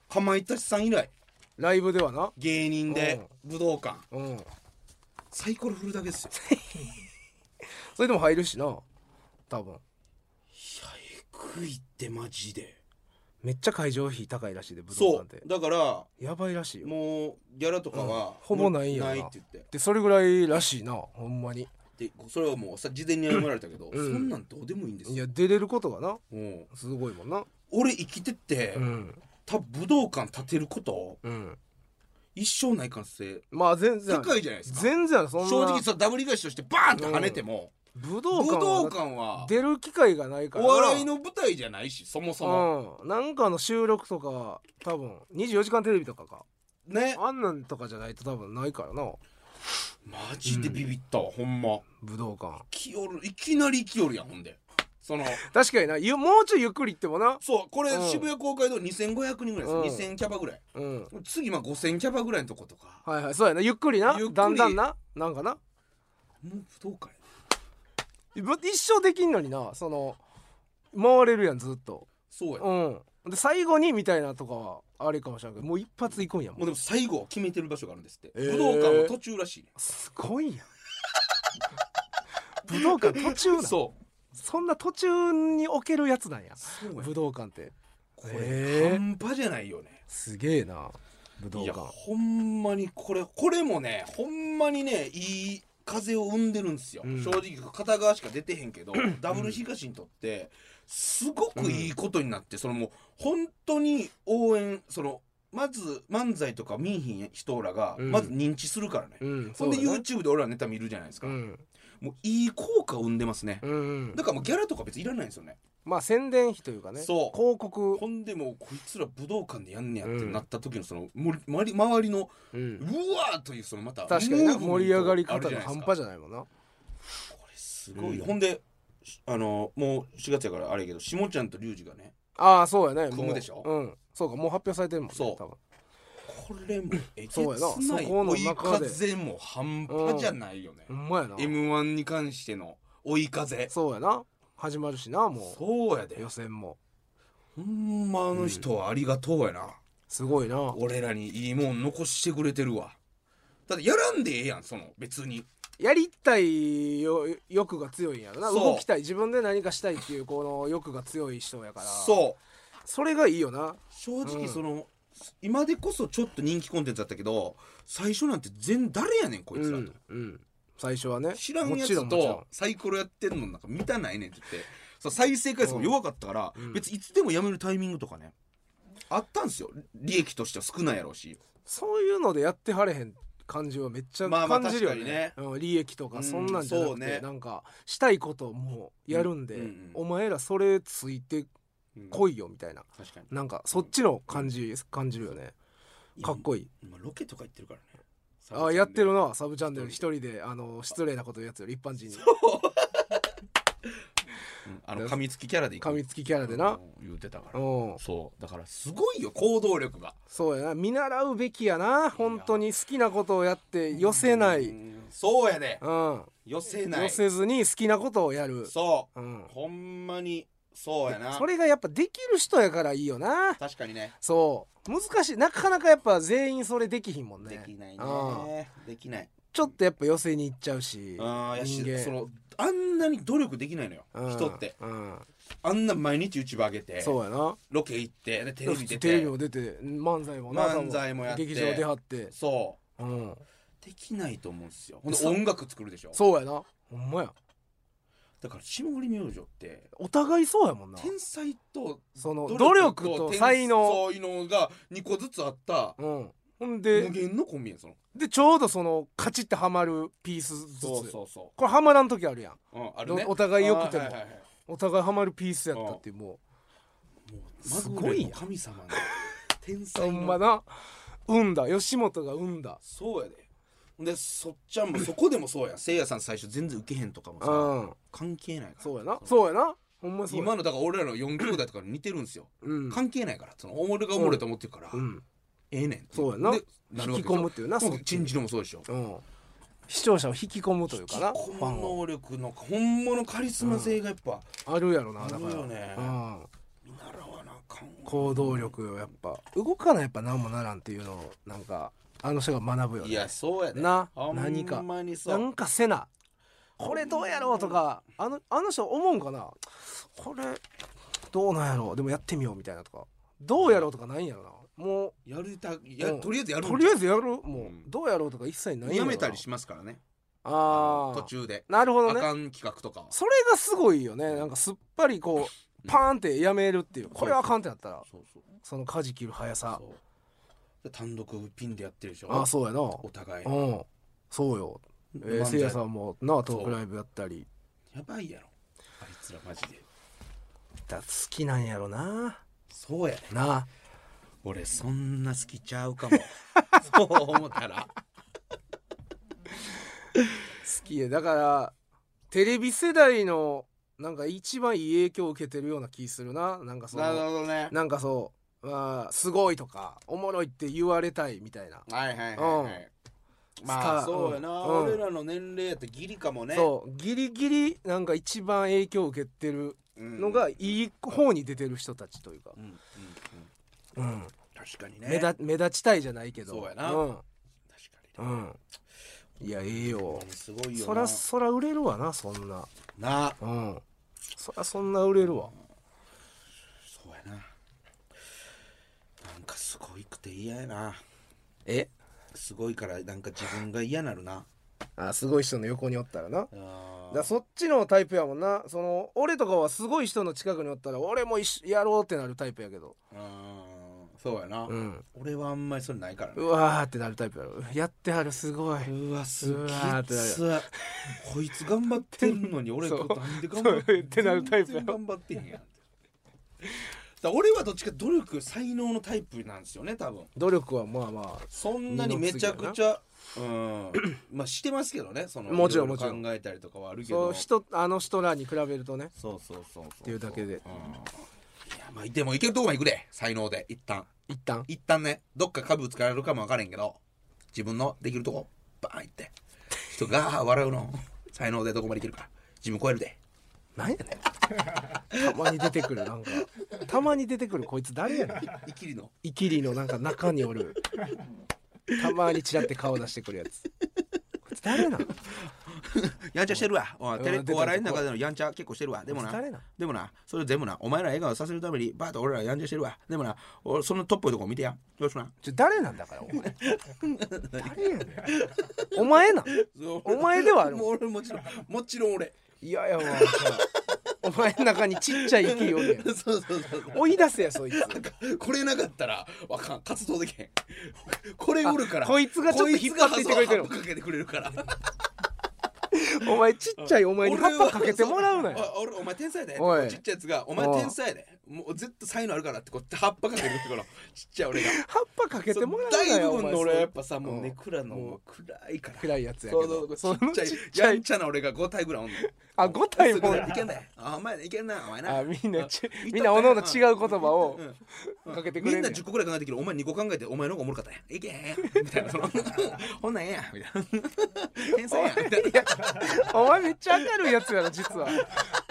Speaker 1: かまいたちさん以来
Speaker 2: ライブではな
Speaker 1: 芸人で武道館
Speaker 2: うん
Speaker 1: サイコロ振るだけですよ
Speaker 2: それでも入るしな多分
Speaker 1: いやえぐいってマジで
Speaker 2: めっちゃ会場費高いらしいで武道
Speaker 1: そ
Speaker 2: 館って
Speaker 1: うだから
Speaker 2: やばいらしいよ
Speaker 1: もうギャラとかは、
Speaker 2: うんほぼないんや
Speaker 1: よ
Speaker 2: ろな
Speaker 1: ないって言って
Speaker 2: でそれぐらいらしいなほんまに
Speaker 1: でそれはもうさ事前に謝られたけど、
Speaker 2: うん
Speaker 1: そんなんどうでもいいんです
Speaker 2: い
Speaker 1: よ、
Speaker 2: や出れることがな
Speaker 1: うん
Speaker 2: すごいもんな
Speaker 1: 俺生きてって、
Speaker 2: うん
Speaker 1: 多分武道館建てること
Speaker 2: うん
Speaker 1: 一生ない感性
Speaker 2: まあ全然
Speaker 1: 高いじゃないですか
Speaker 2: 全然そんな
Speaker 1: 正直さダブリ返しとしてバーンと跳ねても、
Speaker 2: 武道
Speaker 1: 武
Speaker 2: 館
Speaker 1: 道
Speaker 2: は
Speaker 1: 館は
Speaker 2: 出る機会がないか
Speaker 1: お
Speaker 2: らな
Speaker 1: 笑いの舞台じゃないしそもそも、
Speaker 2: うん、なんかの収録とか多分24時間テレビとかか
Speaker 1: ね
Speaker 2: あんなんとかじゃないと多分ないからな
Speaker 1: マジでビビったわ、ほんま
Speaker 2: 武道館
Speaker 1: きよるいきなりきよるやんほんでその
Speaker 2: 確かになゆもうちょいゆっくり行ってもな
Speaker 1: そうこれ
Speaker 2: うん
Speaker 1: 渋谷公会堂2500人ぐらいです、
Speaker 2: うん
Speaker 1: 2000キャバぐらい
Speaker 2: うん
Speaker 1: 次まあ5000キャバぐらいのとことか
Speaker 2: はいはいそうやなゆっくりな
Speaker 1: ゆっくり
Speaker 2: だんだんななんかな
Speaker 1: もう武道館や
Speaker 2: ぶ一生できんのになその回れるやんずっと
Speaker 1: そうや、も
Speaker 2: うんで最後にみたいなとかはあれかもしれんけどもう一発いこんやもん
Speaker 1: うでも最後は決めてる場所があるんですって、
Speaker 2: えー
Speaker 1: 武道館は途中らしいね
Speaker 2: すごいやん <laughs> 武道館途中なんそ
Speaker 1: そう
Speaker 2: そんな途中に置けるやつなんや
Speaker 1: そうや
Speaker 2: 武道館って
Speaker 1: こ
Speaker 2: へ
Speaker 1: れ
Speaker 2: ー
Speaker 1: 半端じゃないよね
Speaker 2: すげえな武道
Speaker 1: いや
Speaker 2: 館
Speaker 1: ほんまにこれこれもねほんまにねいい風を生んでるんですよ、
Speaker 2: うん
Speaker 1: 正直片側しか出てへんけど、ダブル東にとってすごくいいことになって、そのもう本当に応援そのまず漫才とか見いひん人らが
Speaker 2: うん
Speaker 1: まず認知するからね、
Speaker 2: うん
Speaker 1: ほんで
Speaker 2: そうだね
Speaker 1: YouTube で俺らネタ見るじゃないですか、
Speaker 2: うん
Speaker 1: もういい効果を生んでますね、
Speaker 2: うんうん
Speaker 1: だからもうギャラとか別にいらないんですよね
Speaker 2: まあ宣伝費というかね
Speaker 1: そう
Speaker 2: 広告
Speaker 1: ほんでもうこいつら武道館でやんねやって
Speaker 2: うん
Speaker 1: なった時のそのもり周り周りの
Speaker 2: う
Speaker 1: うんわーというそのまた
Speaker 2: 確かに
Speaker 1: ムー
Speaker 2: な
Speaker 1: ブメント
Speaker 2: 盛り上がり
Speaker 1: ある
Speaker 2: 方
Speaker 1: じゃ
Speaker 2: が
Speaker 1: ないです
Speaker 2: 半
Speaker 1: か
Speaker 2: 端じゃないもんな
Speaker 1: これすごいよ、
Speaker 2: うん
Speaker 1: ほんでしあのもう4月やからあれやけどしもちゃんとリュウジがね
Speaker 2: ああそうやねもう
Speaker 1: 組むでしょ
Speaker 2: うんそうかもう発表されてるもんね
Speaker 1: そう
Speaker 2: 多分
Speaker 1: これもえげつ
Speaker 2: そうやな
Speaker 1: な
Speaker 2: そ
Speaker 1: い
Speaker 2: この
Speaker 1: 追い
Speaker 2: 中で
Speaker 1: 風も半端じゃないよね、
Speaker 2: ほんまやな
Speaker 1: m 1に関しての追い風そ
Speaker 2: そうやな始まるしな
Speaker 1: う
Speaker 2: も
Speaker 1: やで
Speaker 2: う予選も
Speaker 1: ほんまあの人はありがとうやな、
Speaker 2: すごいな
Speaker 1: 俺らにいいもん残してくれてるわだってやらんでええやんその別に
Speaker 2: やりたいよ欲が強いんやろな
Speaker 1: そう
Speaker 2: 動きたい自分で何かしたいっていうこの欲が強い人やから
Speaker 1: そう
Speaker 2: それがいいよな
Speaker 1: 正
Speaker 2: う
Speaker 1: 直
Speaker 2: ん
Speaker 1: その、今でこそちょっと人気コンテンツだったけど最初なんて全誰やねんこいつらと、
Speaker 2: うんうん最初はね
Speaker 1: 知らん
Speaker 2: も
Speaker 1: や
Speaker 2: ちろ
Speaker 1: つ
Speaker 2: もちろん
Speaker 1: とサイコロやってんのなんか見たないねんって言ってそう再生回数も弱かったから、
Speaker 2: うん
Speaker 1: 別にいつでもやめるタイミングとかねあったんすよ利益としては少ないやろうし
Speaker 2: そういうのでやってはれへん感じはめっちゃ
Speaker 1: まあまあ
Speaker 2: 感じるよね,、
Speaker 1: 確か
Speaker 2: うん、利益と
Speaker 1: う
Speaker 2: か
Speaker 1: ん
Speaker 2: そんなんじゃなくて、
Speaker 1: そうね
Speaker 2: なんかしたいことをもうやるんで、
Speaker 1: うんうんうん
Speaker 2: お前らそれついてこいよみたいな
Speaker 1: 確かに
Speaker 2: なんかそっちの感じ、感じるよねかっこいい
Speaker 1: 今ロケとか行ってるからね
Speaker 2: あやってるなサブチャンネル
Speaker 1: 一
Speaker 2: 一人であの失礼なこと言うやつより一般
Speaker 1: <laughs>
Speaker 2: 人に
Speaker 1: うんあの噛みつきキャラで
Speaker 2: 噛み
Speaker 1: つ
Speaker 2: つきキャラでな
Speaker 1: 言うてたか
Speaker 2: う
Speaker 1: ら
Speaker 2: ん
Speaker 1: そうだからすごいよ行動力が
Speaker 2: そうやな見習うべきやな本当に好きなことをやって寄せない、う
Speaker 1: う
Speaker 2: ん、
Speaker 1: んそうやで寄せない
Speaker 2: 寄せずに好きなことをやる、
Speaker 1: そう
Speaker 2: ん
Speaker 1: う、ほんまにそうやな
Speaker 2: それがやっぱできる人やからいいよな
Speaker 1: 確かにね
Speaker 2: そう難しいなかなかやっぱ全員それできひんもんね
Speaker 1: できない
Speaker 2: うん
Speaker 1: ねできない
Speaker 2: ちょっとやっぱ寄せに行っちゃうし
Speaker 1: あーやし
Speaker 2: 人間
Speaker 1: そのあんなに努力できないのよ、
Speaker 2: うん
Speaker 1: 人って
Speaker 2: うん
Speaker 1: あんな毎日 YouTube 上げて
Speaker 2: そうやな
Speaker 1: ロケ行ってでテレビ出
Speaker 2: テレビ
Speaker 1: て
Speaker 2: も出て漫才もな
Speaker 1: 漫才もやって
Speaker 2: 劇場出はって
Speaker 1: そ
Speaker 2: うん
Speaker 1: うできないと思うんですよほんで
Speaker 2: そう
Speaker 1: 音楽作るでしょ
Speaker 2: そうやなほんまや
Speaker 1: だから霜降り明星って
Speaker 2: お互いそうやもんな
Speaker 1: 天才と
Speaker 2: その努力と
Speaker 1: 天
Speaker 2: 才能
Speaker 1: 才能が2個ずつあった
Speaker 2: うんほん
Speaker 1: 無
Speaker 2: で
Speaker 1: 限のコンビやんその
Speaker 2: でちょうどそのカチッてはまるピースずつ
Speaker 1: そうそうそ
Speaker 2: これはまらん時あるやん
Speaker 1: う、うん、あるね
Speaker 2: おお互い良くても
Speaker 1: あーはいはいはい
Speaker 2: お互いはまるピースやったっていうも
Speaker 1: もう
Speaker 2: す
Speaker 1: す
Speaker 2: ご
Speaker 1: ご
Speaker 2: い
Speaker 1: い
Speaker 2: やん
Speaker 1: 神様の天
Speaker 2: うほ
Speaker 1: 才
Speaker 2: んま
Speaker 1: の
Speaker 2: な産んだ吉本が産んだ
Speaker 1: そうやでほんでそっちゃんもそこでもそうやんせいやさん最初全然受けへんとかも
Speaker 2: う
Speaker 1: さ
Speaker 2: ん
Speaker 1: 関係ないから
Speaker 2: そうやなそうやなほんまそうや
Speaker 1: 今のだから俺らの4兄弟とかに似てるんですよ
Speaker 2: うん
Speaker 1: 関係ないからそのおもろがおもろいと思ってるから
Speaker 2: うん
Speaker 1: ええねんって
Speaker 2: そうやな
Speaker 1: でなるわけで
Speaker 2: 引き
Speaker 1: し
Speaker 2: 込
Speaker 1: ょ
Speaker 2: むっていうな
Speaker 1: そ
Speaker 2: そうっち
Speaker 1: チ
Speaker 2: に
Speaker 1: ンジのもそうでしょ
Speaker 2: うん視聴者を引き込むというかなフ
Speaker 1: 引き
Speaker 2: ァ
Speaker 1: 込む
Speaker 2: ンを
Speaker 1: 能力の本物カリスマ性がやっぱ
Speaker 2: あるやろな
Speaker 1: あ
Speaker 2: だ
Speaker 1: る
Speaker 2: から
Speaker 1: よね
Speaker 2: うん
Speaker 1: 見習わなあかんわ
Speaker 2: 行動力をやっぱ動かないやっぱ何もならんっていうのをなんかあの人が学ぶよね
Speaker 1: いやそうやで
Speaker 2: な
Speaker 1: ほん
Speaker 2: 何か
Speaker 1: まにそ
Speaker 2: な
Speaker 1: うん
Speaker 2: かせなこれどうやろうとかあのあの人思うんかなこれどうなんやろうでもやってみようみたいなとかどうやろうとかないんやろなも
Speaker 1: やりたいうや
Speaker 2: ん
Speaker 1: とりあえずやるんちゃ
Speaker 2: と
Speaker 1: う
Speaker 2: りあえずやるもう、
Speaker 1: うん
Speaker 2: どうやろうとか一切ないんや
Speaker 1: や
Speaker 2: ろな
Speaker 1: めたりしますからね
Speaker 2: ああ
Speaker 1: 途中で、
Speaker 2: なるほど
Speaker 1: あ
Speaker 2: ね
Speaker 1: かん企画とかは
Speaker 2: それがすごいよねなんかすっぱりこうパーンってやめるっていうこれはあかんってなったら
Speaker 1: そうそう
Speaker 2: その舵切る速さ
Speaker 1: そうで単独ピンでやってるでしょ
Speaker 2: ああそうやな
Speaker 1: お互い
Speaker 2: うんそうよ、えー、せいやさ
Speaker 1: ん
Speaker 2: んもなトークライブやったり
Speaker 1: やばいやろあいつらマジで
Speaker 2: だ好きなんやろな
Speaker 1: そうやね
Speaker 2: な
Speaker 1: 俺そんな好きちゃう
Speaker 2: <laughs>
Speaker 1: かもそう思ったら
Speaker 2: 好きやだからテレビ世代のなんか一番いい影響を受けてるような気するな <laughs> なんかそ
Speaker 1: なる
Speaker 2: の
Speaker 1: ほどね
Speaker 2: なんかそう、まあ、すごいとかおもろいって言われたいみたいな、
Speaker 1: はいはいはい、はいまあ
Speaker 2: スター
Speaker 1: そうやな、
Speaker 2: うん
Speaker 1: 俺らの年齢やったらギリかもね
Speaker 2: そうギリギリなんか一番影響を受けてる
Speaker 1: うん
Speaker 2: のがいい方に出てる人たちというか
Speaker 1: う、んうんうん
Speaker 2: うん、
Speaker 1: 確かにね
Speaker 2: 目立目立ちたいじゃないけど
Speaker 1: そうやな
Speaker 2: うん
Speaker 1: 確か
Speaker 2: う
Speaker 1: にね、
Speaker 2: ん、いやええよ
Speaker 1: すごいよ
Speaker 2: そ
Speaker 1: な
Speaker 2: らそら売れるわなそんな
Speaker 1: なあ
Speaker 2: うんそらそんな売れるわ
Speaker 1: そうやななんかすごいくて嫌やな
Speaker 2: え
Speaker 1: すごいからなんか自分が嫌なるな
Speaker 2: あすごい人の横におったらな
Speaker 1: あ
Speaker 2: だそっちのタイプやもんなその俺とかはすごい人の近くにおったら俺も一緒やろうってなるタイプやけど
Speaker 1: うんそうやな、
Speaker 2: うん
Speaker 1: 俺はあんまりそれないからね
Speaker 2: うわーってなるタイプやろやってはるすごいう
Speaker 1: わすげえ
Speaker 2: うわーってなる
Speaker 1: きついこいつ頑張ってる
Speaker 2: <laughs>
Speaker 1: のに俺
Speaker 2: そ
Speaker 1: こ
Speaker 2: う
Speaker 1: となんで頑張って
Speaker 2: そうってなるタイプや
Speaker 1: 全然頑張ってへんやんだから俺はどっちか努力才能のタイプなんですよね多分
Speaker 2: 努力はまあま
Speaker 1: そんなにめちゃくちゃうんまあしてますけどねその
Speaker 2: もちろん
Speaker 1: いろいろ
Speaker 2: もちろん
Speaker 1: 考えたりとかはある
Speaker 2: あ
Speaker 1: けど
Speaker 2: そう人あの人らに比べるとね
Speaker 1: そうそうそうそうって
Speaker 2: いうだけで
Speaker 1: いやまあでもいけるとこまで行くで才能で一旦
Speaker 2: 一旦
Speaker 1: 一旦ねどっか株使われるかも分からへんけど自分のできるとこバーンいって人があー笑うの才能でどこまでいけるか自分超えるで
Speaker 2: なんやねんたまに出てくるなんかたまに出てくるこいつ誰やねん
Speaker 1: いきりの
Speaker 2: イキリのなんか中におるたまにチラって顔出してくるやつこいつ誰なん
Speaker 1: やんちゃしてるわおいテレ
Speaker 2: うん出てる
Speaker 1: お笑いの中でのやんちゃ結構してるわでもな
Speaker 2: 誰なん
Speaker 1: でもなそれ全部なお前ら笑顔させるためにバーッと俺らやんちゃしてるわでもなおそのトップのとこ見てやよろしくな
Speaker 2: ちょ誰なんだからお
Speaker 1: <laughs>
Speaker 2: 前誰やねんお前なんお前ではある
Speaker 1: <laughs> もう俺もちろんもちろん俺
Speaker 2: いやいやもうお前の中にちっちゃいイキリおるやん
Speaker 1: <laughs> そうそうそう
Speaker 2: 追い出せやそいつ
Speaker 1: これなかったらわかん活動できへんこれおるから
Speaker 2: あこいつがちょっと引っ張っていってくれてる
Speaker 1: こいつがそうかけてくれるから
Speaker 2: お前ちっちゃいお前に葉っぱかけてもらうなよ
Speaker 1: お俺お前天才やで
Speaker 2: おい
Speaker 1: ちっちゃいやつがお前天才やでもう絶対才能あるからってこうやって葉っぱかけてくるか
Speaker 2: <laughs>
Speaker 1: らちっちゃい俺が
Speaker 2: 葉っぱかけてもらうな
Speaker 1: 大
Speaker 2: よ
Speaker 1: 部分の
Speaker 2: お
Speaker 1: 俺は
Speaker 2: 前
Speaker 1: やっぱさもうね暗のもう暗いから
Speaker 2: 暗いやつやけ
Speaker 1: そうそう
Speaker 2: ど
Speaker 1: そう
Speaker 2: その
Speaker 1: ちっ
Speaker 2: ちっ
Speaker 1: ち
Speaker 2: ち
Speaker 1: ゃ
Speaker 2: ゃ
Speaker 1: いやん
Speaker 2: い
Speaker 1: ちゃな俺が5体ぐらいおんねん
Speaker 2: あ5体 <laughs>
Speaker 1: それぐ
Speaker 2: も
Speaker 1: らいいけんだよあお前いけんなお前な
Speaker 2: あみんなち
Speaker 1: うん
Speaker 2: みんなおのおの違う言葉を
Speaker 1: うん
Speaker 2: かけてく
Speaker 1: み
Speaker 2: れ
Speaker 1: ん
Speaker 2: ん
Speaker 1: な
Speaker 2: ねん
Speaker 1: 10個ぐらい考えてきるお前2個考えてお前の方がおもろかったやんいけへんみ
Speaker 2: <laughs>
Speaker 1: たいなそのほんなんええやんみたい <laughs> な天才やんみたいない
Speaker 2: やお前めっちゃ明るいやつやろ
Speaker 1: <laughs>
Speaker 2: 実は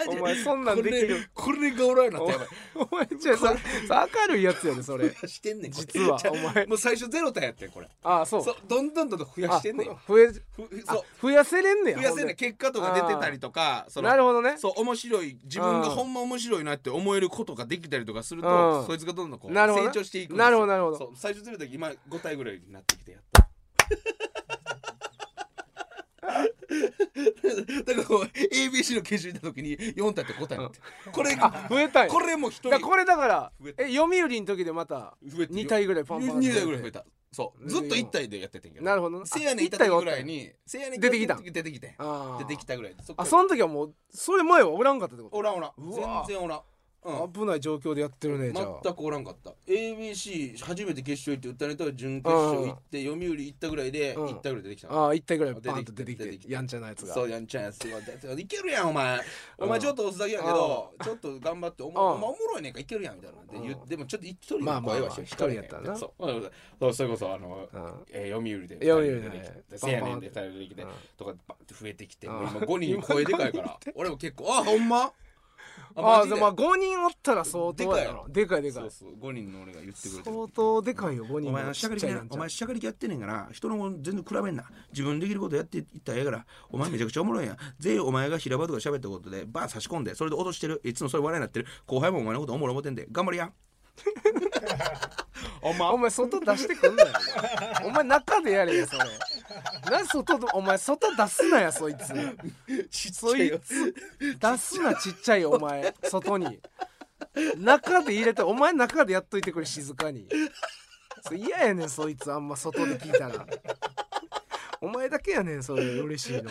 Speaker 2: お前そんなんできる
Speaker 1: これこれがおらんようにな
Speaker 2: お
Speaker 1: った
Speaker 2: 前
Speaker 1: やばい
Speaker 2: お前じゃあささ明るいやつやでそれ
Speaker 1: してんねんこれ
Speaker 2: 実は
Speaker 1: じゃあ
Speaker 2: お前
Speaker 1: もう最初ゼロ体やってんこれ
Speaker 2: ああそう
Speaker 1: そうどんどんどんどん増や
Speaker 2: あ
Speaker 1: してんねんよ
Speaker 2: ふ増え
Speaker 1: ふ
Speaker 2: あ
Speaker 1: そう
Speaker 2: 増やせれんねや
Speaker 1: 増やせんねん
Speaker 2: ほ
Speaker 1: 結果とか出てたりとかそ
Speaker 2: んで
Speaker 1: の
Speaker 2: なるほどね
Speaker 1: <laughs> そう面白い自分が
Speaker 2: うん
Speaker 1: ほんま面白いなって思えることができたりとかする
Speaker 2: う
Speaker 1: と
Speaker 2: ん
Speaker 1: そいつがどんどんこう
Speaker 2: なるほど
Speaker 1: 成
Speaker 2: ね
Speaker 1: 長していくんですよ
Speaker 2: なるほどなるほど
Speaker 1: そう最初ゼロ時今5体ぐらいになってきてやった
Speaker 2: <laughs>
Speaker 1: だからこう ABC の研修行った時に4体と5体になってこれ
Speaker 2: あ増えたい
Speaker 1: これも一人
Speaker 2: だからこれだから
Speaker 1: 増えた
Speaker 2: え読売の時でまた
Speaker 1: 増えて
Speaker 2: 2体ぐらいパンパン
Speaker 1: 2体ぐらい増えたそうずっと1体でやっててんけど
Speaker 2: なるほどな
Speaker 1: せやねんいた
Speaker 2: あ一体
Speaker 1: 時
Speaker 2: がおっ
Speaker 1: ぐ
Speaker 2: たんや
Speaker 1: らいにせやねん
Speaker 2: 出てきたん
Speaker 1: 出てきて
Speaker 2: あ
Speaker 1: 出
Speaker 2: ー
Speaker 1: てきたぐらいでそっから
Speaker 2: あその時はもうそれ前はおらんかったってこ
Speaker 1: おらんおらん
Speaker 2: うわ
Speaker 1: 全然おらんうん
Speaker 2: と危ない状況でやってるねじゃあ
Speaker 1: 全くおらんかった ABC 初めて決勝行って歌ネタは準決勝行って読売行ったぐらいで
Speaker 2: うん
Speaker 1: 行ったぐらいでできたの
Speaker 2: ああ1体ぐらいバンと出てき
Speaker 1: 出てき
Speaker 2: て
Speaker 1: て
Speaker 2: やんちゃなやつが
Speaker 1: そうやんちゃんやすごいだっていけるやんお前お前ちょっと押すだけやけどちょっと頑張ってお前
Speaker 2: うん
Speaker 1: お前おもろいねんからいけるやんみたいなで言う
Speaker 2: うん
Speaker 1: でもちょっと一人
Speaker 2: まあ
Speaker 1: の
Speaker 2: まあ
Speaker 1: 声
Speaker 2: ま
Speaker 1: は
Speaker 2: あ一人やったらな
Speaker 1: そううんそうそれこそあの
Speaker 2: うん
Speaker 1: えー読売で
Speaker 2: 読売で
Speaker 1: 出てき
Speaker 2: ね
Speaker 1: てせやねんで
Speaker 2: バ
Speaker 1: 2人できて
Speaker 2: うん
Speaker 1: とかでバンって増えてきて
Speaker 2: うん
Speaker 1: もう今5人
Speaker 2: <laughs>
Speaker 1: 声でかいから俺も結構あほんま
Speaker 2: あ
Speaker 1: マ
Speaker 2: あ
Speaker 1: ジ
Speaker 2: でもまあ5人おったら相当やろでかいでか
Speaker 1: そう
Speaker 2: い
Speaker 1: そう5人の俺が言ってくれてる
Speaker 2: 相当でかいよ5人
Speaker 1: お前しゃがりき
Speaker 2: ちっちゃい
Speaker 1: な
Speaker 2: やんちゃ
Speaker 1: お前しゃがりきやってねんから人のもん全然比べんな自分できることやっていったらええからお前めちゃくちゃおもろいやん全員お前が平場とか喋ったことでバー差し込んでそれで落としてるいつもそれ笑いになってる後輩もお前のことおもろ思ってんで頑張りやお前
Speaker 2: お前外出してくんなよお前お前中でやれ
Speaker 1: <laughs>
Speaker 2: よそれな外でお前外出すなやそいつ
Speaker 1: ちっち
Speaker 2: そ
Speaker 1: ゃい
Speaker 2: い
Speaker 1: よ
Speaker 2: つ出すなちっちゃいお前外に中で入れてお前中でやっといてくれ静かにそれ嫌やねんそいつあんま外で聞いたらお前だけやねんそれ嬉しいの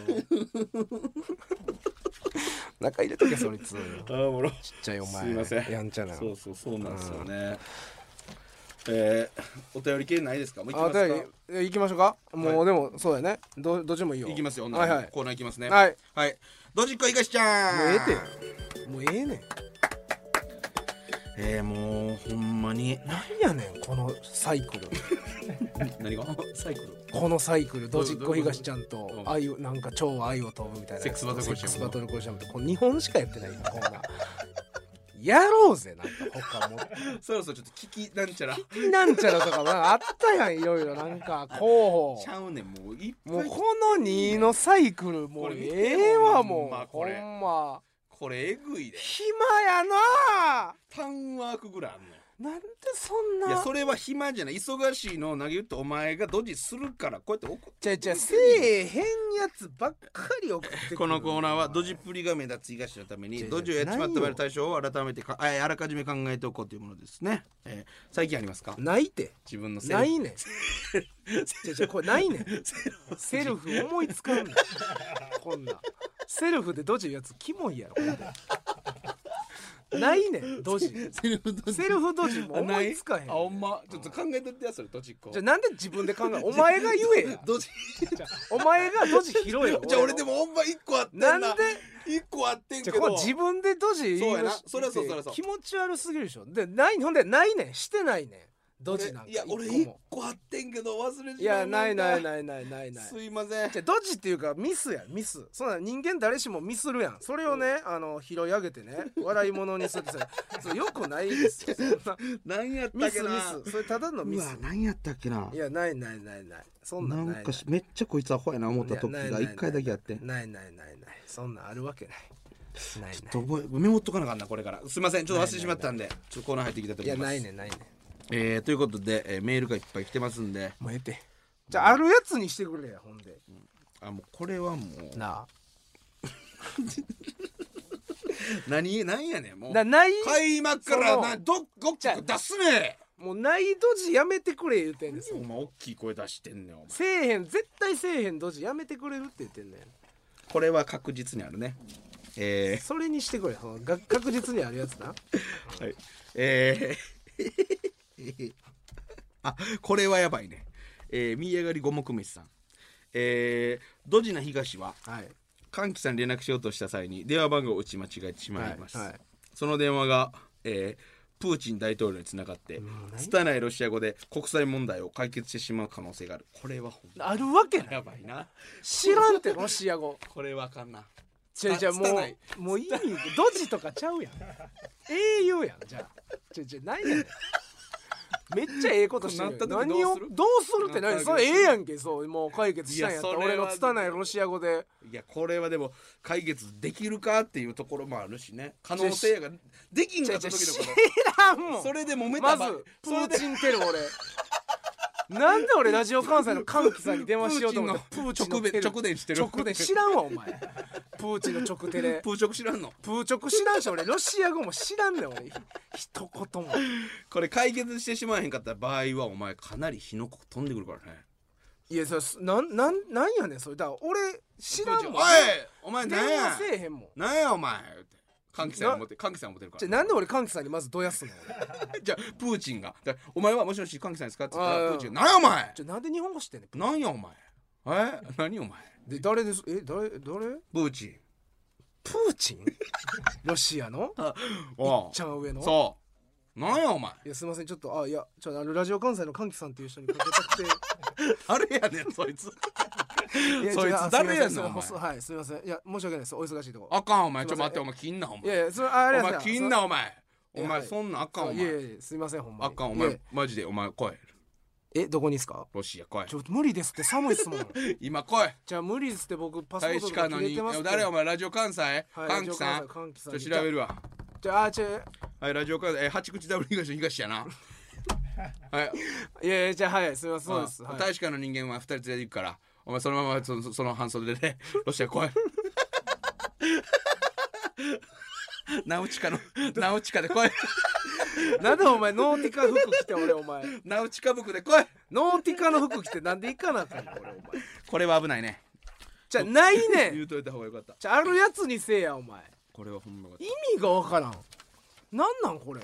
Speaker 2: 中入れとけそいつちっ
Speaker 1: あおもろ
Speaker 2: ちゃいお前
Speaker 1: すいません
Speaker 2: やんちゃな
Speaker 1: そうそうそうなんですよねえー、お便り系ないですかもう
Speaker 2: あ
Speaker 1: 行きますか
Speaker 2: で行きましょうかも
Speaker 1: は
Speaker 2: うでもそうやねどどっちもいいよ
Speaker 1: 行きますよ、
Speaker 2: はいはい
Speaker 1: コーナー行きますね
Speaker 2: はい
Speaker 1: はいドジッコいかしちゃん
Speaker 2: もうええてもうええねん
Speaker 1: えー、もうほんま
Speaker 2: <laughs>
Speaker 1: に
Speaker 2: 何やねんこのサイクル
Speaker 1: 何がサイクル
Speaker 2: このサイクルドジッコ東ちゃん
Speaker 1: う
Speaker 2: と
Speaker 1: ん
Speaker 2: 愛をなんか超愛を飛ぶみたいな
Speaker 1: セックスバトルコ
Speaker 2: コ
Speaker 1: リ
Speaker 2: リ
Speaker 1: シャ
Speaker 2: シ
Speaker 1: ム
Speaker 2: ャムバトルコリシャムってこの日本しかやってないよこんなやろうぜなんか他も
Speaker 1: そろそろちょっと聞きなんちゃら
Speaker 2: なんちゃらとかなあったやんいろいろなんか候
Speaker 1: ち
Speaker 2: 補
Speaker 1: ゃうねんもういっぱい
Speaker 2: もうこの2のサイクルもうええわもう
Speaker 1: こ
Speaker 2: ほ
Speaker 1: れ見て
Speaker 2: んま
Speaker 1: これえぐいで
Speaker 2: 暇やなあ
Speaker 1: ターンワークぐらいあんのよ
Speaker 2: なんでそん
Speaker 1: いや
Speaker 2: な
Speaker 1: それは暇じゃない忙しいのを投げ打ってお前がドジするからこうやって送っ
Speaker 2: ちゃいちゃいせえへんやつばっかり送ってく
Speaker 1: て
Speaker 2: る
Speaker 1: このコーナーはドジっぷりが目立つ東のため
Speaker 2: 違う違
Speaker 1: に
Speaker 2: う
Speaker 1: ドジをやっちまった場合の対処を改めてかえーあらかじめ考えておこうというものですね、えー最近ありますか
Speaker 2: ないて
Speaker 1: 自分のセル
Speaker 2: な
Speaker 1: フ <laughs>
Speaker 2: いねんちゃいちゃいこれないねんセルフ思いつかんねんこんなんセルフでドジいうやつキモいやろほんでないねんドジ
Speaker 1: セルフドジ
Speaker 2: セルフドジも思いつかへんねん
Speaker 1: あほんまちょっと考えとってやそれドジっ子
Speaker 2: じゃあなんで自分で考えお前が言えや
Speaker 1: ドジ
Speaker 2: お前がドジ拾えよ
Speaker 1: じゃあ俺でもほんま一個あってん
Speaker 2: な
Speaker 1: なん
Speaker 2: で
Speaker 1: 一個あってん
Speaker 2: じ
Speaker 1: け
Speaker 2: ゃあこ
Speaker 1: ど
Speaker 2: れ自分でドジ言い出し
Speaker 1: そうやなそりゃそうそりゃそう
Speaker 2: 気持ち悪すぎるでしょでないほんでないねんしてないねんドジなんか
Speaker 1: いや俺
Speaker 2: 一
Speaker 1: 一
Speaker 2: 個も
Speaker 1: 個あってんけど忘れて
Speaker 2: いやないない
Speaker 1: い
Speaker 2: ないないないない
Speaker 1: すいません
Speaker 2: じゃあドジっていうかミスやミスそんな人間誰しもミスるやんそれをね、あの拾い上げてね笑い物にするってさ <laughs> それよくないですよそんな
Speaker 1: 何やっ
Speaker 2: ミ
Speaker 1: たっけ
Speaker 2: ス
Speaker 1: な
Speaker 2: ミスそれただのミ
Speaker 1: う
Speaker 2: ス
Speaker 1: わ何やったっけない
Speaker 2: やないないないないそんな
Speaker 1: なんん
Speaker 2: ないない
Speaker 1: かしめっちゃこいつアホやな思った時
Speaker 2: いや
Speaker 1: が
Speaker 2: ないない
Speaker 1: 一回だけあって
Speaker 2: ないないないないそんなんあるわけないないない
Speaker 1: ちょっと覚えメモっとかなあかんなこれからすいませんちょっと忘れてしまったんでちょっとコーナー入っていきたいと
Speaker 2: い
Speaker 1: 思い
Speaker 2: や
Speaker 1: ます
Speaker 2: ないねないね
Speaker 1: えーということで、えーメールがいっぱい来てますんで
Speaker 2: もうええてじゃああるやつにしてくれやほんで
Speaker 1: あもうこれはもう
Speaker 2: な
Speaker 1: 何何やねんもう
Speaker 2: なない
Speaker 1: 開幕から
Speaker 2: その
Speaker 1: などごっ
Speaker 2: じゃあ
Speaker 1: く出すね
Speaker 2: もうないドジやめてくれ言うてんねん
Speaker 1: お前大きい声出してんねんお前
Speaker 2: せえへん絶対せえへんドジやめてくれるって言ってんねん
Speaker 1: これは確実にあるねえ
Speaker 2: <laughs> それにしてくれそのが確実にあるやつな
Speaker 1: ー、はいえー <laughs> あこれはやばいねえー、見上がり五目飯さんえー、ドジな東は
Speaker 2: はい
Speaker 1: 歓喜さんに連絡しようとした際に電話番号を打ち間違えてしま
Speaker 2: はい
Speaker 1: ます、
Speaker 2: はい
Speaker 1: その電話が、えープーチン大統領につながって拙いロシア語で国際問題を解決してしまう可能性があるこれはほんま
Speaker 2: あるわけない
Speaker 1: やばいな
Speaker 2: 知らんてロシ
Speaker 1: <laughs>
Speaker 2: ア語
Speaker 1: これわかんな
Speaker 2: じゃじゃも
Speaker 1: 拙いう
Speaker 2: もう意味ドジとかちゃうやん英雄やんじゃあじゃじゃないやねんめっちゃええことしてるやん
Speaker 1: なった時
Speaker 2: 何
Speaker 1: どう
Speaker 2: を
Speaker 1: する
Speaker 2: どうするって何
Speaker 1: なった
Speaker 2: そ
Speaker 1: 時
Speaker 2: れええやんけそうもう解決したんやった
Speaker 1: い
Speaker 2: ら
Speaker 1: やそれ
Speaker 2: 俺の
Speaker 1: は
Speaker 2: 拙いロシア語で
Speaker 1: いやこれはでも解決できるかっていうところもあるしね可能性ができん
Speaker 2: じ
Speaker 1: か
Speaker 2: ゃ
Speaker 1: った
Speaker 2: じゃ
Speaker 1: 時の
Speaker 2: <laughs> 知
Speaker 1: こ
Speaker 2: らんも
Speaker 1: と
Speaker 2: ん
Speaker 1: それで揉め
Speaker 2: ま
Speaker 1: た
Speaker 2: ず
Speaker 1: ば
Speaker 2: プ
Speaker 1: それ
Speaker 2: ー
Speaker 1: で
Speaker 2: チンテロ
Speaker 1: <laughs>
Speaker 2: 俺なんで俺ラジオ関西の歓喜さんに電話しようと思って
Speaker 1: プーチンの
Speaker 2: テロ
Speaker 1: 直電してる
Speaker 2: 直電知らんわお前
Speaker 1: <laughs>
Speaker 2: プーチンの直テレ
Speaker 1: プーチョク知らんの
Speaker 2: プーチョク知らんし俺ロシア語も知らんねん俺ひ一言も
Speaker 1: これ解決してしまえへんかった場合はお前かなり火の粉飛んでくるからね
Speaker 2: いやそれすなんなんなんやねんそれだから俺知らんもん
Speaker 1: おいお前
Speaker 2: 電
Speaker 1: 何や
Speaker 2: 話せえへんもん
Speaker 1: なんやお前って歓喜さんが持って歓喜さんが持ってるか
Speaker 2: じゃ
Speaker 1: ら
Speaker 2: なんで俺歓喜さんにまずどやすの
Speaker 1: じゃあプーチンがだお前はもしもし歓喜さんですかって言った
Speaker 2: あ
Speaker 1: ら
Speaker 2: あ
Speaker 1: プーチンがなんやお前
Speaker 2: じゃなんで日本語知ってんねん
Speaker 1: なんやお前え何お前
Speaker 2: で誰ですえ誰誰
Speaker 1: プーチン
Speaker 2: プーチ
Speaker 1: <laughs>
Speaker 2: ンロシアの
Speaker 1: おう
Speaker 2: 一番上の
Speaker 1: そうなんやお前
Speaker 2: いやすいませんちょっとあいやちょあのラジオ関西の歓喜さんっていう人にかけたくて
Speaker 1: <laughs> 誰やねんそいつ
Speaker 2: いや
Speaker 1: そいつ
Speaker 2: ちょあ
Speaker 1: 誰やねん
Speaker 2: すいませ
Speaker 1: お前
Speaker 2: すいませはいすみませんいや申し訳ないですお忙しいとこ
Speaker 1: あかんお前ちょ
Speaker 2: すい
Speaker 1: っと
Speaker 2: ま
Speaker 1: 待っ
Speaker 2: せん
Speaker 1: てお前切んなお
Speaker 2: いやい
Speaker 1: 前
Speaker 2: やそれああ
Speaker 1: お
Speaker 2: れ
Speaker 1: 前切んなお前
Speaker 2: い
Speaker 1: お
Speaker 2: や
Speaker 1: 前
Speaker 2: はい
Speaker 1: そんなんあかんお
Speaker 2: いや
Speaker 1: 前
Speaker 2: いやすいませんほんま
Speaker 1: あ
Speaker 2: に
Speaker 1: かんお
Speaker 2: いや
Speaker 1: 前マジでお前来い
Speaker 2: えどこにですか
Speaker 1: ロシア来い
Speaker 2: ちょ無理ですって寒いっすもん <laughs>
Speaker 1: 今来い
Speaker 2: じゃあ無理ですって僕パスポ
Speaker 1: 大
Speaker 2: ート
Speaker 1: 使
Speaker 2: とか
Speaker 1: 館の
Speaker 2: 切れ
Speaker 1: 人
Speaker 2: てますって
Speaker 1: 誰お前ラジオ関西
Speaker 2: はい
Speaker 1: 歓喜さん
Speaker 2: ラジオ関西歓
Speaker 1: ち
Speaker 2: 喜さ
Speaker 1: ょ
Speaker 2: ん
Speaker 1: っと調べるわ
Speaker 2: じゃああちょ
Speaker 1: はい、ラジオ関西、えー、八口ダブル東の東や
Speaker 2: <laughs>
Speaker 1: な。はい、
Speaker 2: いやいやじゃあはいすみませんそうです、
Speaker 1: まあ
Speaker 2: はい、
Speaker 1: 大使館の人間は二人連れて行くから、お前そのままそそその半袖で <laughs> ね、ロシア来い。ナウチカの、ナウチカで来い。 <laughs>
Speaker 2: なんでお前ノーティカ服着て俺お前
Speaker 1: ナウチカ服で来い。
Speaker 2: ノーティカの服着てなんで行かなあかんの俺お前
Speaker 1: これは危ないね。
Speaker 2: じゃあないね
Speaker 1: 言
Speaker 2: ん
Speaker 1: うといた方がよかった。
Speaker 2: じゃああるやつにせえやお前
Speaker 1: これはほんまよかっ
Speaker 2: 意味がわからんなんなんこれ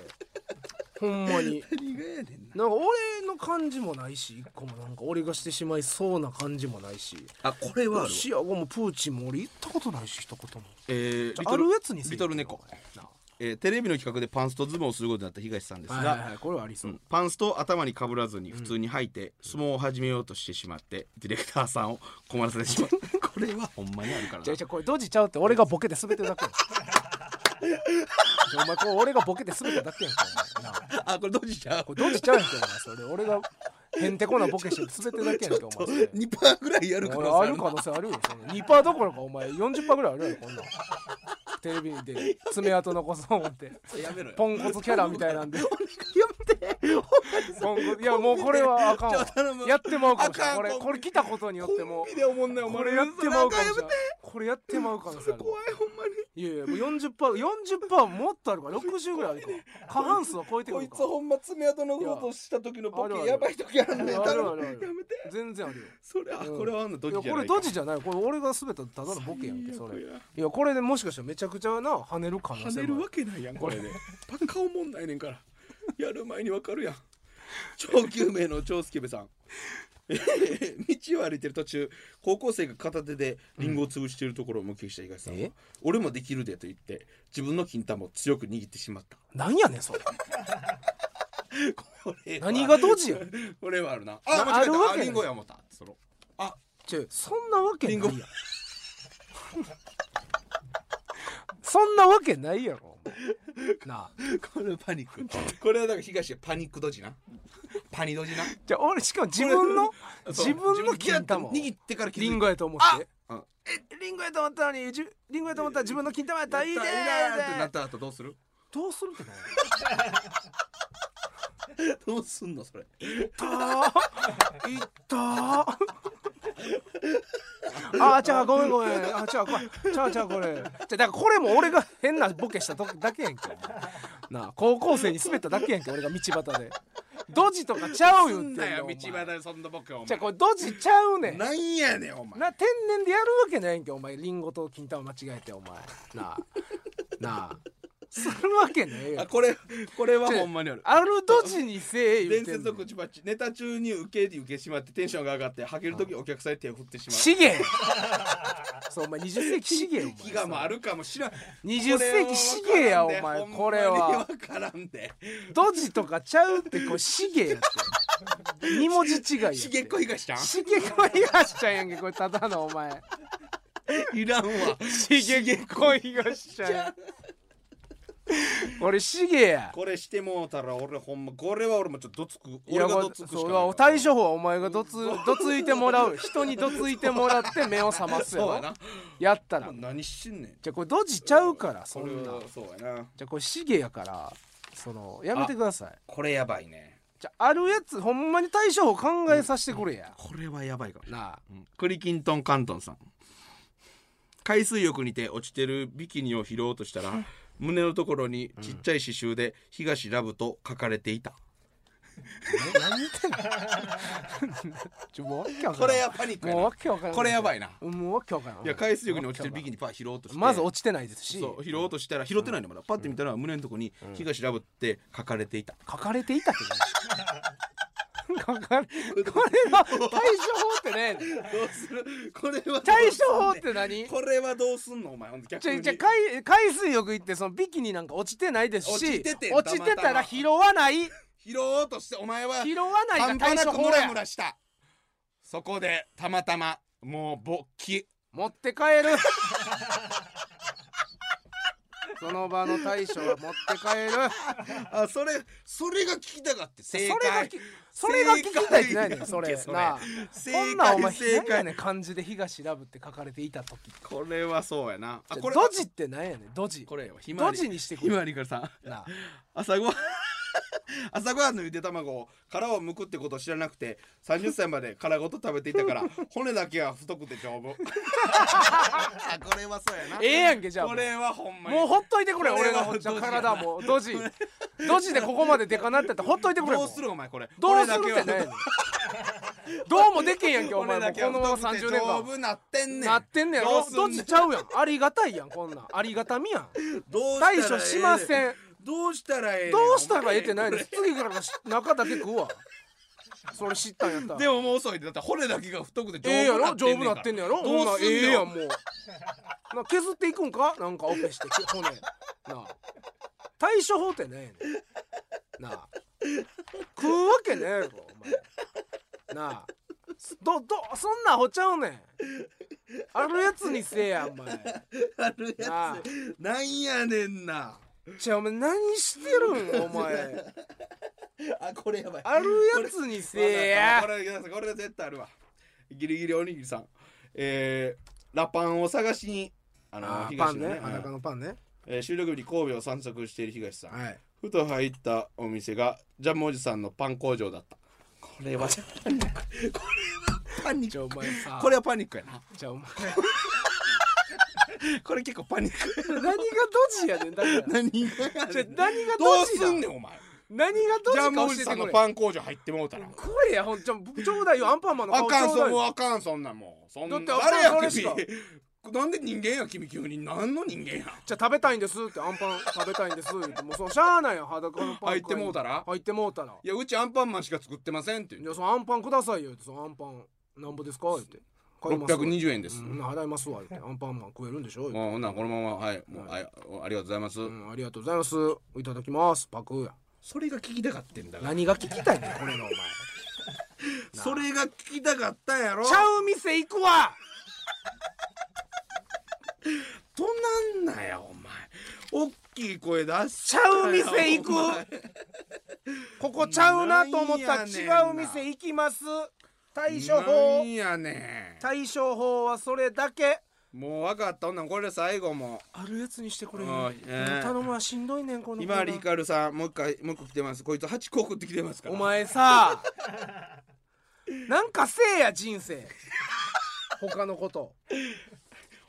Speaker 2: ほんまに
Speaker 1: た。何がやねんな。
Speaker 2: なんか俺の感じもないし一個もなんか俺がしてしまいそうな感じもないし
Speaker 1: あ、これはあ
Speaker 2: ロ
Speaker 1: る。
Speaker 2: シア語もプーチンも俺行ったことないし一言も
Speaker 1: えー、リ
Speaker 2: じゃああ
Speaker 1: ト
Speaker 2: る
Speaker 1: ル
Speaker 2: やつにせえ
Speaker 1: リトル猫、
Speaker 2: な
Speaker 1: えーテレビの企画でパンストズボンをすることになった東さんですが、
Speaker 2: はいはいはいこれはありそううん
Speaker 1: パンストを頭にかぶらずに普通に履いて、相撲を始めようとしてしまってディレクターさんを困らせてしまう <laughs> これはほんまにあるから
Speaker 2: じゃあじ
Speaker 1: な
Speaker 2: ゃあこれドジちゃうって俺がボケて滑ってるだけやんじゃあお前これ俺がボケて滑っただけやんかお前なあ
Speaker 1: あこれどうしちゃう <laughs>
Speaker 2: これドジちゃうやんけお前それ俺がへんてこなボケして滑ってるだけやんけお前それ
Speaker 1: 2パーぐらいやる可能性
Speaker 2: 俺あ
Speaker 1: あ
Speaker 2: る <laughs>
Speaker 1: る
Speaker 2: 可能性あるよその2%どころかお前40%ぐらいあるやろこんなんテレビで爪痕残そう思って
Speaker 1: やめろよ
Speaker 2: ポンコツキャラみたいなんで
Speaker 1: やめて
Speaker 2: 今後いやもうこれはあかんわ
Speaker 1: ちょ頼む
Speaker 2: やってまうかもしれな
Speaker 1: あか
Speaker 2: いこ
Speaker 1: ん
Speaker 2: れ
Speaker 1: コンビ
Speaker 2: これ来たことによって
Speaker 1: コ
Speaker 2: も
Speaker 1: ンビでおもんないお
Speaker 2: う
Speaker 1: 前
Speaker 2: これやってまうかもし
Speaker 1: なん
Speaker 2: れ
Speaker 1: やめ
Speaker 2: ない
Speaker 1: て
Speaker 2: これやってまうかもしれない
Speaker 1: 怖いほんまに
Speaker 2: いやいやもう 40%40% もっとあるから60ぐらいあるから過半数は超えてく
Speaker 1: こ
Speaker 2: る
Speaker 1: い
Speaker 2: か
Speaker 1: つほんま爪痕残ろうとした時のボ
Speaker 2: い
Speaker 1: ケ
Speaker 2: やあるある
Speaker 1: やばい時あるねん
Speaker 2: いやあるあ
Speaker 1: 頼
Speaker 2: る
Speaker 1: む
Speaker 2: ある
Speaker 1: やめて
Speaker 2: 全然あるよ
Speaker 1: それあ
Speaker 2: うん
Speaker 1: これはあんの
Speaker 2: い
Speaker 1: ド
Speaker 2: や
Speaker 1: ジじゃ
Speaker 2: こ
Speaker 1: ない
Speaker 2: れドジじゃないこれ俺が全てただのボケやんけそれいやこれでもしかしたらめちゃくちゃな跳ねる可能
Speaker 1: 跳
Speaker 2: 性
Speaker 1: ね
Speaker 2: も
Speaker 1: る
Speaker 2: ある
Speaker 1: わけないやんこれでバカおもんないねん
Speaker 2: <laughs>
Speaker 1: からやる前にわかるやん超救命の超スケベさ
Speaker 2: <laughs>
Speaker 1: ん <laughs> えー道を歩いてる途中高校生が片手でリンゴを潰しているところを目撃した東さんは、
Speaker 2: え
Speaker 1: 俺もできるでと言って自分の金玉を強く握ってしまった
Speaker 2: なんやねんそれ
Speaker 1: これは
Speaker 2: 何がドジやん
Speaker 1: これはあるな
Speaker 2: な
Speaker 1: あ間違え
Speaker 2: あるわ
Speaker 1: たあ
Speaker 2: けない
Speaker 1: リンゴや思ったそのあ
Speaker 2: ちょそんなわけないや
Speaker 1: リン
Speaker 2: ん <laughs> そんなわけないやろお前なあ
Speaker 1: これパニックこれはだから東パニックドジなパニドジな
Speaker 2: じゃあ俺しかも自分の
Speaker 1: <laughs> そう
Speaker 2: 自分の金玉を
Speaker 1: 自分でギュッと握ってから気づい
Speaker 2: リ
Speaker 1: た
Speaker 2: ンゴやと思って
Speaker 1: うん
Speaker 2: えリンゴやと思ったのにじゅリンゴやと思ったら自分の金玉やったらいいでー
Speaker 1: やったいいねーってなった後どうする
Speaker 2: どうするってな
Speaker 1: どうすんのそれ
Speaker 2: いったーいったーあーじゃあごめんごめんあじゃあこれじゃあじゃあこれじゃあだからこれも俺が変なボケしたとだけやんけお前なあ高校生に滑っただけやんけ俺が道端でドジとかちゃうよってんのお前
Speaker 1: でそんなボケお
Speaker 2: じゃあこれドジちゃうねん
Speaker 1: なんやねんお前
Speaker 2: な天然でやるわけないやんけお前リンゴと金玉間違えてお前なあなあするわけねえ
Speaker 1: あ
Speaker 2: よ
Speaker 1: これこれはほんまにある
Speaker 2: あるドジにせえ
Speaker 1: 伝
Speaker 2: 言うてん
Speaker 1: 説の
Speaker 2: ねん
Speaker 1: 口パチネタ中に受けに受けしまってテンションが上がってはける時お客さんに手を振ってしまう
Speaker 2: 資
Speaker 1: <laughs>
Speaker 2: 源そうお前20世紀資源お前
Speaker 1: 気がもあるかもしらん
Speaker 2: 20世紀資源やお前これは
Speaker 1: 分からんで
Speaker 2: ドジとかちゃうってこれ資源やって2文字違いやって
Speaker 1: しげっこ東ちゃん
Speaker 2: しげこ東ちゃんやんけこれただのお前
Speaker 1: いらんわ
Speaker 2: しげこ東ちゃんやこれしげや
Speaker 1: これしてもうたら俺ほんまこれは俺もちょっとどつく
Speaker 2: い
Speaker 1: 俺
Speaker 2: や
Speaker 1: が
Speaker 2: こ
Speaker 1: ど
Speaker 2: れ
Speaker 1: つくしか
Speaker 2: そう
Speaker 1: ない
Speaker 2: わ対処法はお前がどつどついてもらう人にどついてもらって目を覚ますや
Speaker 1: そうや
Speaker 2: ろ
Speaker 1: な
Speaker 2: やった
Speaker 1: も
Speaker 2: ら
Speaker 1: う何してんねん
Speaker 2: じゃあこれドジちゃうからそ
Speaker 1: これ
Speaker 2: んな
Speaker 1: はそうやな
Speaker 2: じゃあこれシゲやからそのやめてください
Speaker 1: これやばいね
Speaker 2: じゃああるやつほんまに対処法考えさせてくれや、
Speaker 1: これはやばいかも
Speaker 2: なあ
Speaker 1: クリキントン・カントンさん海水浴にて落ちてるビキニを拾おうと <laughs> したら胸のところにちっちゃい刺繍で「東ラブ」と書かれていた、
Speaker 2: 何言ってんの <laughs> ちょもうわけわからん
Speaker 1: これやパニックや
Speaker 2: もうわ
Speaker 1: な
Speaker 2: けわからん
Speaker 1: これやばいな
Speaker 2: うんもうわけわからん
Speaker 1: いや海水浴に落ちてるビキ
Speaker 2: ニ
Speaker 1: ニパー拾おうとして
Speaker 2: まず落ちてないですし
Speaker 1: そう
Speaker 2: 書
Speaker 1: 拾おうとしたら拾ってないのまだパッて見たら胸のとこに「東ラブ」って書かれていた、
Speaker 2: かれていたけ <laughs> ど書かれこれの対処法ってね
Speaker 1: どうするこれは
Speaker 2: 対処法って何
Speaker 1: これはどうすんのお前ほんと
Speaker 2: じ
Speaker 1: 逆
Speaker 2: ゃ
Speaker 1: に
Speaker 2: じゃ海海水浴行ってそのビキニなんか落ちてないですし
Speaker 1: 落ちててん
Speaker 2: 落ちてた
Speaker 1: たまた
Speaker 2: ら
Speaker 1: ま
Speaker 2: 拾わない
Speaker 1: 拾おうとしてお前は
Speaker 2: 拾わないが
Speaker 1: 半
Speaker 2: 対
Speaker 1: 端なく
Speaker 2: 処法
Speaker 1: ムラム
Speaker 2: や
Speaker 1: ラしたそこでたまたまもう勃起
Speaker 2: 持って帰る <laughs> その場の対処は持って帰る
Speaker 1: あそれそれが聞きたかって正
Speaker 2: それが
Speaker 1: 解
Speaker 2: きそれが聞きたいってないねんそれ
Speaker 1: 正解
Speaker 2: なあ
Speaker 1: 正
Speaker 2: そ
Speaker 1: 解
Speaker 2: んなんお前
Speaker 1: 正解
Speaker 2: 何やねん漢字で東ラブって書かれていた時
Speaker 1: これはそうやなあこれ
Speaker 2: ドジってなんやねんドジ
Speaker 1: これやわひまわ
Speaker 2: ド
Speaker 1: り
Speaker 2: ジにしてく
Speaker 1: ひま
Speaker 2: れ
Speaker 1: わりからさん
Speaker 2: なあ
Speaker 1: 朝ごはん <laughs> 朝ごはんのゆで卵を殻を剥くってことを知らなくて30歳まで殻ごと食べていたから
Speaker 2: <laughs>
Speaker 1: 骨だけは太くて丈夫あこれはそうやな
Speaker 2: ええやんけじゃあ
Speaker 1: こ
Speaker 2: もう
Speaker 1: れはほんまに
Speaker 2: もうほっといてくれ
Speaker 1: こ
Speaker 2: 俺
Speaker 1: れ
Speaker 2: の
Speaker 1: は
Speaker 2: ほっちゃ
Speaker 1: ドジや
Speaker 2: 体
Speaker 1: <laughs>
Speaker 2: もうドジドジでここまででかなってたらほっといてくれ
Speaker 1: ど
Speaker 2: も
Speaker 1: うするお前これ
Speaker 2: どうする
Speaker 1: 骨だけ
Speaker 2: っ
Speaker 1: は
Speaker 2: てなんやね
Speaker 1: <laughs>
Speaker 2: んどうもできへんやんけお前
Speaker 1: 骨
Speaker 2: もう
Speaker 1: だ
Speaker 2: こ
Speaker 1: けは
Speaker 2: のまま
Speaker 1: 太くて
Speaker 2: 30年
Speaker 1: 丈
Speaker 2: 間
Speaker 1: 夫なってんねん
Speaker 2: なってんねや
Speaker 1: ど
Speaker 2: ろ
Speaker 1: うすんね
Speaker 2: ど
Speaker 1: ん
Speaker 2: っちちゃうやんありがたいやんこんなんありがたみやん
Speaker 1: どうしたらええ
Speaker 2: 対
Speaker 1: ねん
Speaker 2: 処しません
Speaker 1: どうしたらええねん
Speaker 2: どうしたらええってない
Speaker 1: お
Speaker 2: の
Speaker 1: 前
Speaker 2: 次からし中だけ食うわそれ知ったんやったら
Speaker 1: でももう遅いでだって骨だけが太くて
Speaker 2: ええや
Speaker 1: 丈夫な
Speaker 2: ろ
Speaker 1: ってんねんから
Speaker 2: 丈夫なってんのやろ
Speaker 1: どう
Speaker 2: ほな
Speaker 1: すん
Speaker 2: え
Speaker 1: ねん
Speaker 2: えやんもうな削っていくんかなんかオペしてき骨なあ対処法ってねえねんなあ食うわけねえやろお前なあどどそんなんほちゃうねんあるやつにせえやお前
Speaker 1: ある
Speaker 2: なあ
Speaker 1: やつなんやねんな
Speaker 2: じゃあお前何してるんお前
Speaker 1: あこれやばい
Speaker 2: あるやつにせえ
Speaker 1: こ
Speaker 2: や
Speaker 1: れこれこれ絶対あるわギリギリおにぎりさんえー、ラパンを探しにあの
Speaker 2: あーパ
Speaker 1: 東
Speaker 2: ン
Speaker 1: のね
Speaker 2: ね
Speaker 1: あの
Speaker 2: 裸のパンね
Speaker 1: えー収録日に神戸を散策している東さん、
Speaker 2: はい
Speaker 1: ふと入ったお店がジャムおじさんのパン工場だったこれはパニックこれはパニッ
Speaker 2: じゃあお前さ
Speaker 1: クこれはパニックやな
Speaker 2: じゃあお前
Speaker 1: これ結構パニック
Speaker 2: 何がドジやねんだから
Speaker 1: <laughs> 何がや
Speaker 2: じ
Speaker 1: ね
Speaker 2: ゃ
Speaker 1: <laughs> んど
Speaker 2: あ何が
Speaker 1: う
Speaker 2: ドジ
Speaker 1: す
Speaker 2: なん
Speaker 1: ねんお前
Speaker 2: 何がド
Speaker 1: ジャ
Speaker 2: ジ
Speaker 1: ム
Speaker 2: か
Speaker 1: お
Speaker 2: 教
Speaker 1: じ
Speaker 2: え
Speaker 1: さ
Speaker 2: て
Speaker 1: んの
Speaker 2: くれ
Speaker 1: パン工場入ってもうたら
Speaker 2: これやほんちょちょうだいよアンパンマンの
Speaker 1: あ
Speaker 2: 顔ち
Speaker 1: かんそ
Speaker 2: ょうだい
Speaker 1: ん
Speaker 2: よ
Speaker 1: あかんそんなんもうそん
Speaker 2: だ
Speaker 1: な
Speaker 2: ってあ
Speaker 1: 誰や
Speaker 2: かんそれし
Speaker 1: 君
Speaker 2: か
Speaker 1: なんで人間や君急に何の人間や
Speaker 2: じゃあ食べたいんですってアンパン食べたいんですってもうそうしゃあないやん裸のパン
Speaker 1: 入ってもうたら
Speaker 2: 入ってもうたら
Speaker 1: いやうちアンパンマンしか作ってませんって
Speaker 2: いやそのアンパンくださいよってそのアンパンなんぼですかって買いますわ
Speaker 1: 620円です、
Speaker 2: うんな払いますわってアンパンマン食えるんでしょって
Speaker 1: もうほんならこのままはいもう、はい、ありがとうございます、
Speaker 2: うんありがとうございますいただきますパクや
Speaker 1: それが聞きたかってんだから
Speaker 2: 何が聞きたいねんこれのお
Speaker 1: <laughs>
Speaker 2: 前
Speaker 1: それが聞きたかったんやろ
Speaker 2: ちゃう店行くわ
Speaker 1: となんなやお前おっきい声出し
Speaker 2: ちゃう店行く
Speaker 1: お前
Speaker 2: ここちゃうなと思ったら
Speaker 1: なんやねん
Speaker 2: 違
Speaker 1: な
Speaker 2: う店行きます対処
Speaker 1: な
Speaker 2: 法
Speaker 1: んやね
Speaker 2: 対処法はそれだけ
Speaker 1: んもう分かったほんなんこれ最後も
Speaker 2: あるやつにしてく
Speaker 1: れおいえー頼
Speaker 2: むわしんどいねんこ
Speaker 1: ひまわりひかるさんもう一回もう一個来てますこいつ8個送ってきてますから
Speaker 2: お
Speaker 1: <laughs>
Speaker 2: 前さなんかせえや人生他のこと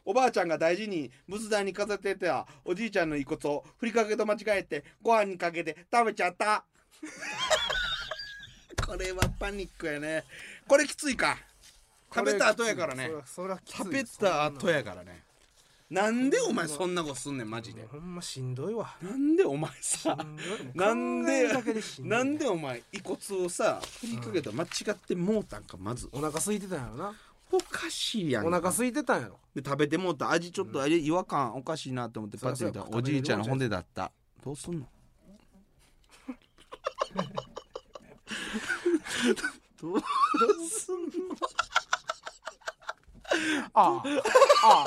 Speaker 1: おばあちゃんが大事に仏壇に飾ってたおじいちゃんの遺骨をふりかけと間違えてご飯にかけて食べちゃった
Speaker 2: <laughs>
Speaker 1: これはパニックやねこれきついか食べた後やからね
Speaker 2: そらそらきつい
Speaker 1: 食べた後やからねなんでお前そんなことすんねんマジで
Speaker 2: ほんましんどいわ
Speaker 1: なんでお前さ
Speaker 2: しんどい
Speaker 1: なん
Speaker 2: 考え
Speaker 1: で
Speaker 2: るだけでしんどい
Speaker 1: なんでお前遺骨をさふりかけた間違ってもうたんかまず
Speaker 2: お腹空いてたんやろな
Speaker 1: おかしいやんか
Speaker 2: お腹空いてたんやろ
Speaker 1: で食べてもうた味ちょっとあれ違和感おかしいなと思ってパッて見たら
Speaker 2: そりゃそうや
Speaker 1: おじいちゃんの骨だったどうすんのどうすんの
Speaker 2: あああああああ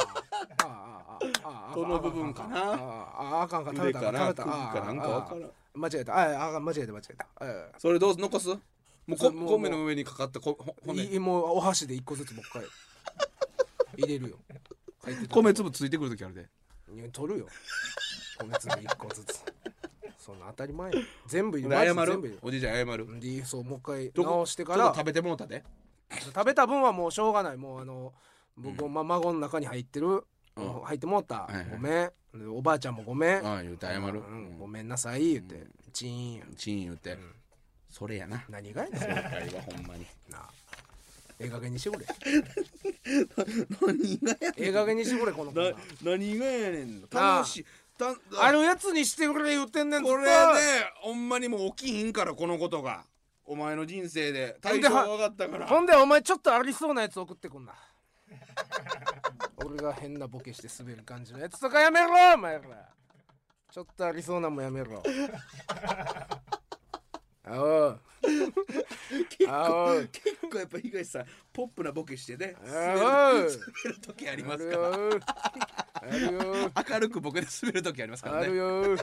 Speaker 2: あああ
Speaker 1: どの部分かな
Speaker 2: あああああかんか食べた
Speaker 1: 腕かな
Speaker 2: 食べた
Speaker 1: 首かなんかわからん
Speaker 2: ああ間違えたあああ間違えた間違えたああ
Speaker 1: それどうす残すもう
Speaker 2: そ
Speaker 1: こ
Speaker 2: れもう
Speaker 1: 米の上にかかったこほ骨
Speaker 2: いもうお箸で一個ずつもう一回入れるよ入ってた
Speaker 1: 米粒ついてくる時あるで
Speaker 2: いや取るよ米粒一個ずつそんな当たり前や全部入れ
Speaker 1: 謝
Speaker 2: マジ全部入
Speaker 1: るおじいちゃん謝る
Speaker 2: れるでそうもう一
Speaker 1: どこ
Speaker 2: 回直してか
Speaker 1: ちょっ
Speaker 2: ら
Speaker 1: と食べてもうたで
Speaker 2: 食べた分はもうしょうがないもうあの僕、ま孫の中に入ってる、
Speaker 1: うん
Speaker 2: 入ってもうた、
Speaker 1: いはい
Speaker 2: ごめんでおばあちゃんもごめん、
Speaker 1: ああ言うて謝
Speaker 2: う
Speaker 1: る
Speaker 2: ん、ごめんなさい言って、チーンや
Speaker 1: チン言うてそれやな
Speaker 2: 何がやねんそれ
Speaker 1: 今回はほんまに
Speaker 2: なあええ加減にしてくれ
Speaker 1: <laughs> 何がや
Speaker 2: ええ加減にしてくれこの
Speaker 1: <laughs>
Speaker 2: 子
Speaker 1: な
Speaker 2: な
Speaker 1: 何がやねんの
Speaker 2: なあ
Speaker 1: 楽しいた
Speaker 2: あるやつにしてくれ言ってんねん
Speaker 1: これ
Speaker 2: ず
Speaker 1: ね
Speaker 2: っと
Speaker 1: ほんまにもう起きひんからこのことがお前の人生で対象
Speaker 2: ほんで
Speaker 1: 分かったから
Speaker 2: ほんでお前ちょっとありそうなやつ送ってくんな <laughs> 俺が変なボケして滑る感じのやつとかやめろお前らちょっとありそうなもんやめろあおう
Speaker 1: 結
Speaker 2: あお
Speaker 1: 構
Speaker 2: う
Speaker 1: 結構やっぱ東さんポップなボケしてね
Speaker 2: あ
Speaker 1: 滑る
Speaker 2: おう
Speaker 1: 滑る時あり
Speaker 2: あ
Speaker 1: ます
Speaker 2: る
Speaker 1: か
Speaker 2: よあるよ
Speaker 1: ら明るくボケで滑る時ありますか
Speaker 2: あ
Speaker 1: ら
Speaker 2: る
Speaker 1: ね
Speaker 2: よ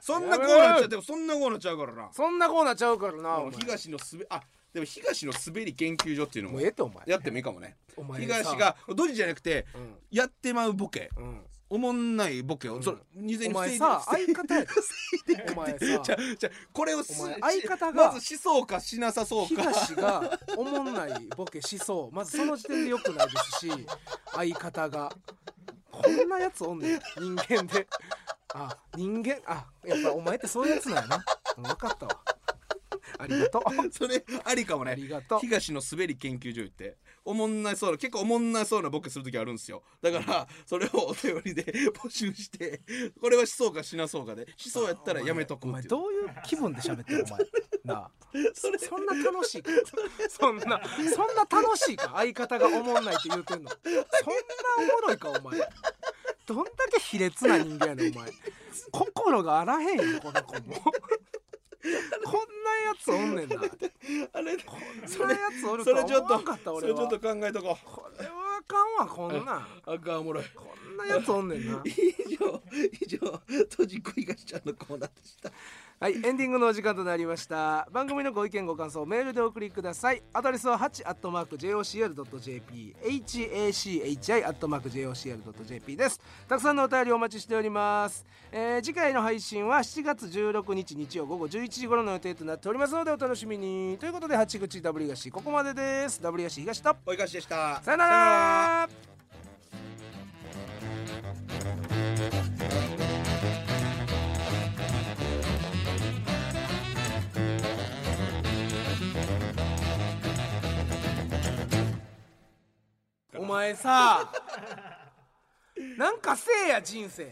Speaker 1: そんなこうなっちゃうでもそんなこうなっちゃうからな
Speaker 2: そんなコーナーちゃうからな
Speaker 1: あ
Speaker 2: お
Speaker 1: の
Speaker 2: 前
Speaker 1: 東の滑あでも東の滑り研究所っていうの
Speaker 2: も
Speaker 1: も
Speaker 2: うええってお前
Speaker 1: やってもいいかもね
Speaker 2: お前さ
Speaker 1: 東がドジじゃなくて
Speaker 2: うん
Speaker 1: やってまうボケ
Speaker 2: うん
Speaker 1: おもんないボケをそれ未然
Speaker 2: お
Speaker 1: に防いで
Speaker 2: 前さ
Speaker 1: 防い
Speaker 2: 相方やでお
Speaker 1: <laughs>
Speaker 2: 前
Speaker 1: じゃ
Speaker 2: さ
Speaker 1: あじゃあこれをす
Speaker 2: お前相方が
Speaker 1: まずしそうかしなさそうか
Speaker 2: 東がおもんないボケしそうまずその時点でよくないですし相方がこんなやつおんねん人間であ人間あやっぱお前ってそういうやつなんやな分かったわありがとう
Speaker 1: <laughs> それありかもね
Speaker 2: ありがとう
Speaker 1: 東の滑り研究所行っておもんないそうな結構おもんないそうなボケする時あるんですよだからそれをお便りで <laughs> 募集してこれはしそうかしなそうかでしそうやったらやめと
Speaker 2: お
Speaker 1: こうっ
Speaker 2: 前
Speaker 1: ていう
Speaker 2: どういう気分で喋ってるお前なあ
Speaker 1: それ
Speaker 2: そんな楽しいかそんなそんな楽しいか相方がおもんないって言うてんのそんなおもろいかお前どんだけ卑劣な人間やねんお前心があらへんよこの子もこんなやつおんねんなこ
Speaker 1: あれ
Speaker 2: んなやつおる
Speaker 1: そ
Speaker 2: とは
Speaker 1: れちょっ
Speaker 2: 思わんかっ
Speaker 1: と
Speaker 2: た
Speaker 1: そ
Speaker 2: 俺
Speaker 1: れ
Speaker 2: は
Speaker 1: ちょっと
Speaker 2: こ
Speaker 1: 考えとこ
Speaker 2: れはあかんわこんなん
Speaker 1: うあかんおもろい
Speaker 2: こんんなやつおんねんな
Speaker 1: 以上以上とじこいがしちゃんのコーナーでした
Speaker 2: はいエンディングのお時間となりました番組のご意見ご感想メールでお送りくださいアドレスは 8-jocr.jp hachi-jocr.jp ですたくさんのお便りお待ちしております、えー次回の配信は7月16日日曜午後11時頃の予定となっておりますのでお楽しみにということで八口 W 東ここまでです W 東東と
Speaker 1: おいがしでした
Speaker 2: さよならお前さなんかせえや人生